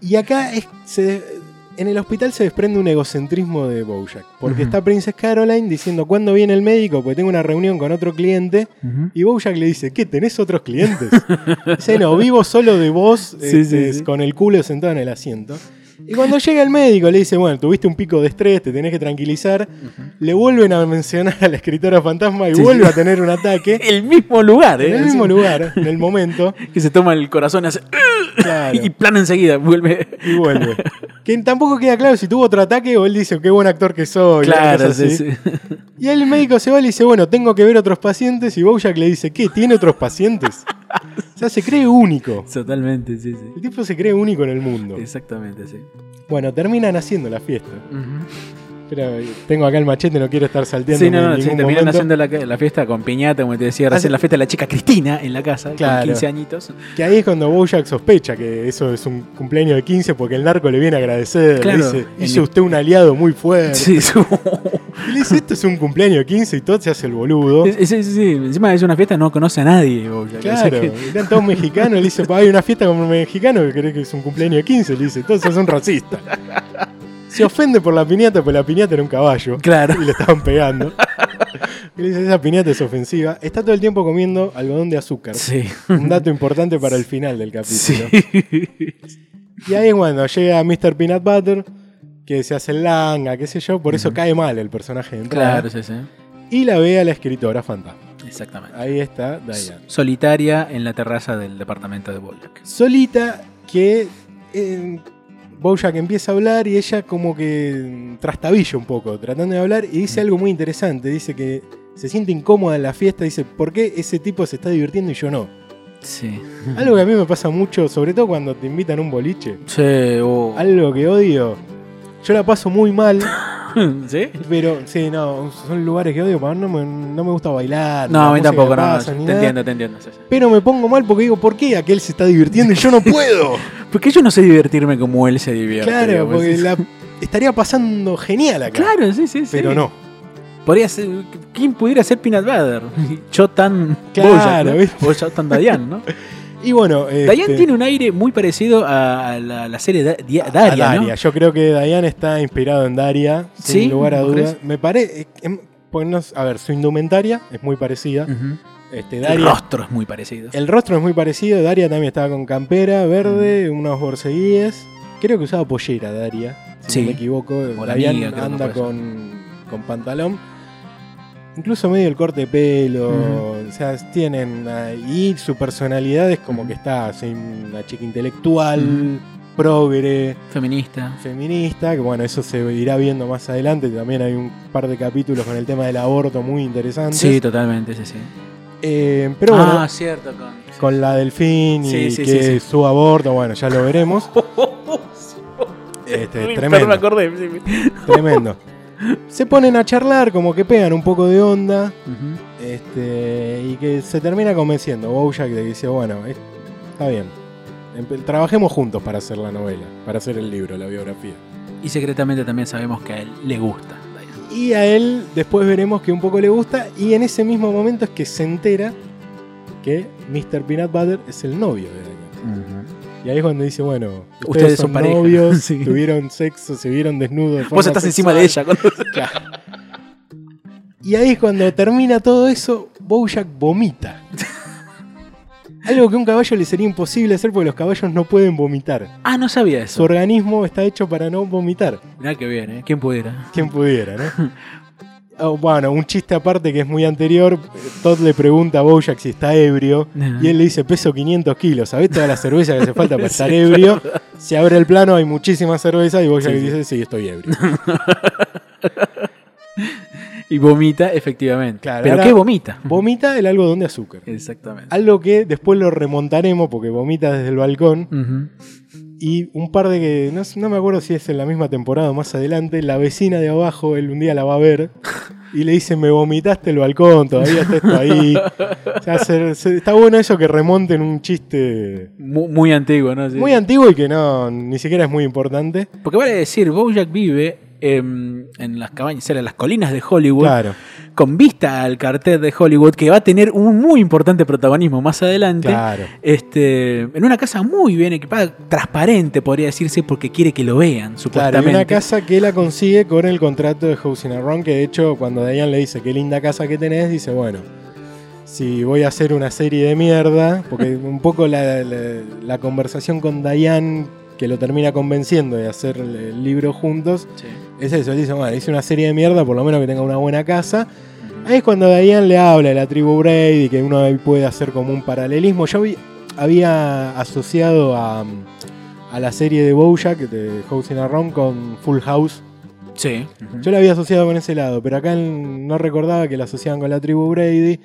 Y acá es- se- en el hospital se desprende un egocentrismo de Bojack. Porque
Ujú.
está Princess Caroline diciendo, ¿cuándo viene el médico? Porque tengo una reunión con otro cliente. Y Bojack le dice, ¿qué? ¿Tenés otros clientes? Dice, no, vivo solo de vos,
Sí,
este,
sí, sí.
con el culo sentado en el asiento. Y cuando llega el médico le dice, bueno, tuviste un pico de estrés, te tenés que tranquilizar. Le vuelven a mencionar a la escritora fantasma y
Sí,
vuelve
sí.
a tener un ataque.
El mismo lugar, ¿eh?
En el mismo lugar, en el momento,
Que se toma el corazón hace-
Claro.
y plano enseguida. Vuelve.
y vuelve. Que tampoco queda claro si tuvo otro ataque o él dice, qué buen actor que soy. una cosa
Claro, sí,
así.
sí.
Y el médico se va y le dice, bueno, tengo que ver otros pacientes. Y Bojack le dice, ¿qué? ¿Tiene otros pacientes? O sea, se cree único.
Totalmente, sí, sí.
El tipo se cree único en el mundo.
Exactamente, sí.
Bueno, terminan haciendo la fiesta. Pero eh, tengo acá el machete, no quiero estar salteando
Sí,
en
no, no,
ningún
sí, terminan
momento.
haciendo la, la fiesta con piñata, como te decía,
Hace-
recién la fiesta de la chica Cristina en la casa,
Claro.
con 15 añitos.
Que ahí es cuando Bojack sospecha que eso es un cumpleaños de 15 porque el narco le viene a agradecer.
Claro.
Le dice,
En-
hizo usted un aliado muy fuerte.
Sí, sí.
Y le dice, esto es un cumpleaños de 15 y todo se hace el boludo.
Sí, sí, sí, Encima es una fiesta, no conoce a nadie. Bojack. O sea
Claro,
que-
eran todos mexicanos. Le dice, "Pa, hay una fiesta con un mexicano que cree que es un cumpleaños de 15. Le dice, entonces es un racista. Se ofende por la piñata, pues la piñata era un caballo.
Claro.
y le estaban pegando. Y le dice, esa piñata es ofensiva. Está todo el tiempo comiendo algodón de azúcar.
Sí.
Un dato importante para el final del
Sí.
capítulo. Y ahí es cuando llega Mr. Peanut Butter, que se hace langa, qué sé yo. Por eso cae mal el personaje de entrada.
Claro, sí, sí.
Y la ve a la escritora fantasma.
Exactamente.
Ahí está Diane.
Solitaria en la terraza del departamento de Bojack.
Solita que... eh, Bojack empieza a hablar y ella como que mm, trastabilla un poco, tratando de hablar, y
Mm.
dice algo muy interesante. Dice que se siente incómoda en la fiesta, dice, ¿por qué ese tipo se está divirtiendo y yo no?
Sí.
Algo que a mí me pasa mucho, sobre todo cuando te invitan a un boliche.
Sí, oh.
Algo que odio. Yo la paso muy mal,
¿Sí?
pero sí, no, son lugares que odio, para no me, no me gusta bailar.
No,
la
a mí
música que
tampoco, no, no.
pasa, ni
Te
nada.
entiendo, te entiendo. sí, sí.
Pero me pongo mal porque digo, ¿por qué aquel se está divirtiendo y yo no puedo?
¿Por qué yo no sé divertirme como él se divierte?
claro,
digamos?
porque la estaría pasando genial acá.
Claro, sí, sí, sí.
Pero no.
Podría ser, ¿Quién pudiera ser Peanut Butter? Yo tan.
Claro,
Bojack, ¿no?
¿viste?
O yo tan Dayan, ¿no?
Y bueno, este,
Dayan tiene un aire muy parecido a, a la, la serie Da- Di-
a
Daria,
Daria.
¿no?
Yo creo que Dayan está inspirado en Daria, sin
¿Sí?
lugar a
¿Vos
dudas.
crees?
Me eh, parece. pues a ver, su indumentaria es muy parecida.
Ujú.
Este,
El
Daria Eh.
rostro es muy parecido.
El rostro es muy parecido, Daria también estaba con campera verde,
Mm.
unos borceguíes. Creo que usaba pollera Daria, si
Sí.
no me equivoco.
la
Daria
amiga, creo que
anda
puede ser.
con, con pantalón. Incluso medio el corte de pelo,
Ujú.
o sea, tienen ahí su personalidad es como que está, así, una chica intelectual, progre,
Feminista.
feminista, que bueno, eso se irá viendo más adelante, también hay un par de capítulos con el tema del aborto muy interesantes.
Sí, totalmente, sí, sí.
Eh, pero bueno,
ah, cierto, con.
con la delfín y
Sí, sí,
que
sí, Oh, sí.
suba a bordo, bueno, ya lo veremos. Este, tremendo.
me acordé. sí, sí.
tremendo. Se ponen a charlar, como que pegan un poco de onda,
Ujú.
este, y que se termina convenciendo Bojack de que dice, bueno, es- está bien. Empe- Trabajemos juntos para hacer la novela, para hacer el libro, la biografía.
Y secretamente también sabemos que a él le gusta. Dayan.
Y a él después veremos que un poco le gusta y en ese mismo momento es que se entera que Mr. Peanut Butter es el novio de Daniel.
Ujú.
Y ahí es cuando dice, bueno, ustedes,
Ustedes son
son,
pareja.
novios,
Sí.
tuvieron sexo, se vieron desnudos. de
Vos
forma
estás encima
sexual".
de ella. cuando-
Y ahí es cuando termina todo eso, Bojack vomita. Algo que a un caballo le sería imposible hacer porque los caballos no pueden vomitar.
Ah, no sabía
Su
eso.
organismo está hecho para no vomitar.
Mirá que bien, ¿eh? ¿Quién pudiera?
Quien pudiera, ¿no? Ah, bueno, un chiste aparte que es muy anterior. Todd le pregunta a Bojack si está ebrio. Y él le dice, peso 500 kilos, ¿sabés toda la cerveza que hace falta para estar ebrio? Se abre el plano, hay muchísima cerveza y Bojack
Sí, sí.
dice, sí, estoy ebrio.
Y vomita, efectivamente.
Claro,
¿Pero
ahora-
qué vomita?
Vomita el algodón de azúcar.
Exactamente.
Algo que después lo remontaremos porque vomita desde el balcón.
Ujú.
Y un par de que, no, sé- no me acuerdo si es en la misma temporada o más adelante, la vecina de abajo, él un día la va a ver y le dice, me vomitaste el balcón, todavía está esto ahí. O sea, se- se- está bueno eso que remonten un chiste
Mu- Muy antiguo, ¿no? Sí.
muy antiguo y que no, ni siquiera es muy importante.
Porque vale decir, Bojack vive em, en las cabañas, en las colinas de Hollywood,
Claro,
con vista al cartel de Hollywood, que va a tener un muy importante protagonismo más adelante.
claro.
Este, en una casa muy bien equipada, transparente podría decirse, porque quiere que lo vean,
Claro, y
supuestamente.
una casa que la consigue con el contrato de Housing Around, que de hecho cuando Diane le dice qué linda casa que tenés, dice, bueno, si voy a hacer una serie de mierda, porque un poco la, la- la conversación con Diane que lo termina convenciendo de hacer el- el libro juntos,
Sí.
es eso, él dice, bueno, hice una serie de mierda, por lo menos que tenga una buena casa. Ahí es cuando Diane le habla de la tribu Brady, que uno ahí puede hacer como un paralelismo. Yo vi- había asociado a, a la serie de Bojack, de Housing Around, con Full House.
Sí. Ujú.
Yo la había asociado con ese lado, pero acá en- no recordaba que la asociaban con la tribu Brady.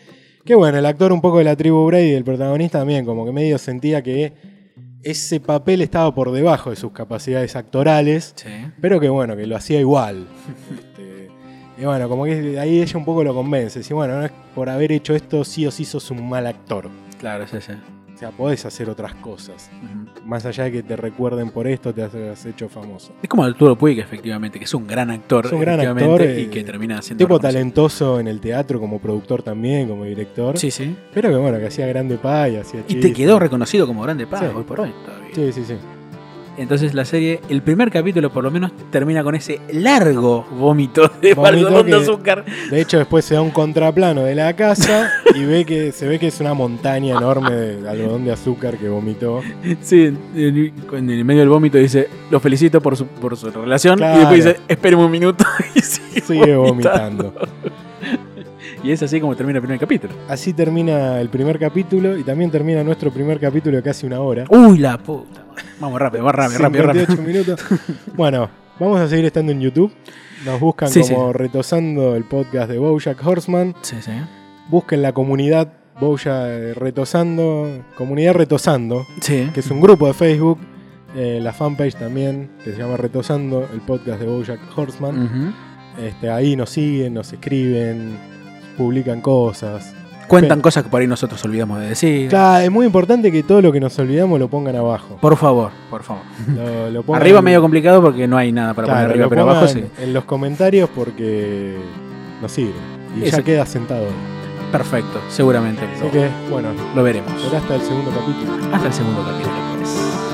Que bueno, el actor un poco de la tribu Brady, el protagonista también, como que medio sentía que ese papel estaba por debajo de sus capacidades actorales.
Sí.
Pero que bueno, que lo hacía igual. Este, y bueno, como que ahí ella un poco lo convence. Si bueno, no es por haber hecho esto, sí o sí sos un mal actor.
Claro, sí, sí.
O sea, podés hacer otras cosas.
Ujú.
Más allá de que te recuerden por esto, te has, has hecho famoso.
Es como Arturo Puig, efectivamente, que es un gran actor.
Es un gran
efectivamente,
actor,
Y
eh,
que termina haciendo.
Tipo talentoso en el teatro, como productor también, como director.
Sí, sí.
Pero que bueno, que hacía grande pay, hacía
Y te
chistes.
quedó reconocido como grande paz
Sí.
hoy por hoy todavía.
Sí, sí, sí.
Entonces la serie, el primer capítulo por lo menos, termina con ese largo vómito de
Vómito
algodón de
que-
azúcar.
De hecho, después se da un contraplano de la casa y ve que se ve que es una montaña enorme de algodón de azúcar que vomitó.
Sí, en, en el medio del vómito dice, lo felicito por su, por su relación.
Claro.
Y después dice, espéreme un minuto. Y sigue
Sigue
vomitando.
vomitando.
Y es así como termina el primer capítulo.
Así termina el primer capítulo y también termina nuestro primer capítulo de casi una hora.
Uy, la puta. madre. Vamos rápido, vamos rápido, rápido, rápido.
58 minutos. Bueno, vamos a seguir estando en YouTube. Nos buscan
Sí,
como Retosando el podcast de Bojack Horseman.
Sí, sí.
Busquen la comunidad Bojack eh, Retosando. Comunidad Retosando,
Sí.
que es un grupo de Facebook. eh, la fanpage también, que se llama Retosando, el podcast de Bojack Horseman.
Ujú.
Este, ahí nos siguen, nos escriben, publican cosas.
Cuentan cosas que por ahí nosotros olvidamos de decir.
Claro, es muy importante que todo lo que nos olvidamos lo pongan abajo.
Por favor, por favor.
Lo- lo pongan-
arriba medio complicado porque no hay nada para
Claro,
poner arriba,
lo
pero abajo sí.
pongan En los comentarios porque nos sirve. Y
Eso.
ya queda sentado.
Perfecto, seguramente.
Así
Lo,
que, bueno,
lo veremos.
será hasta el segundo capítulo.
Hasta el segundo capítulo. pues.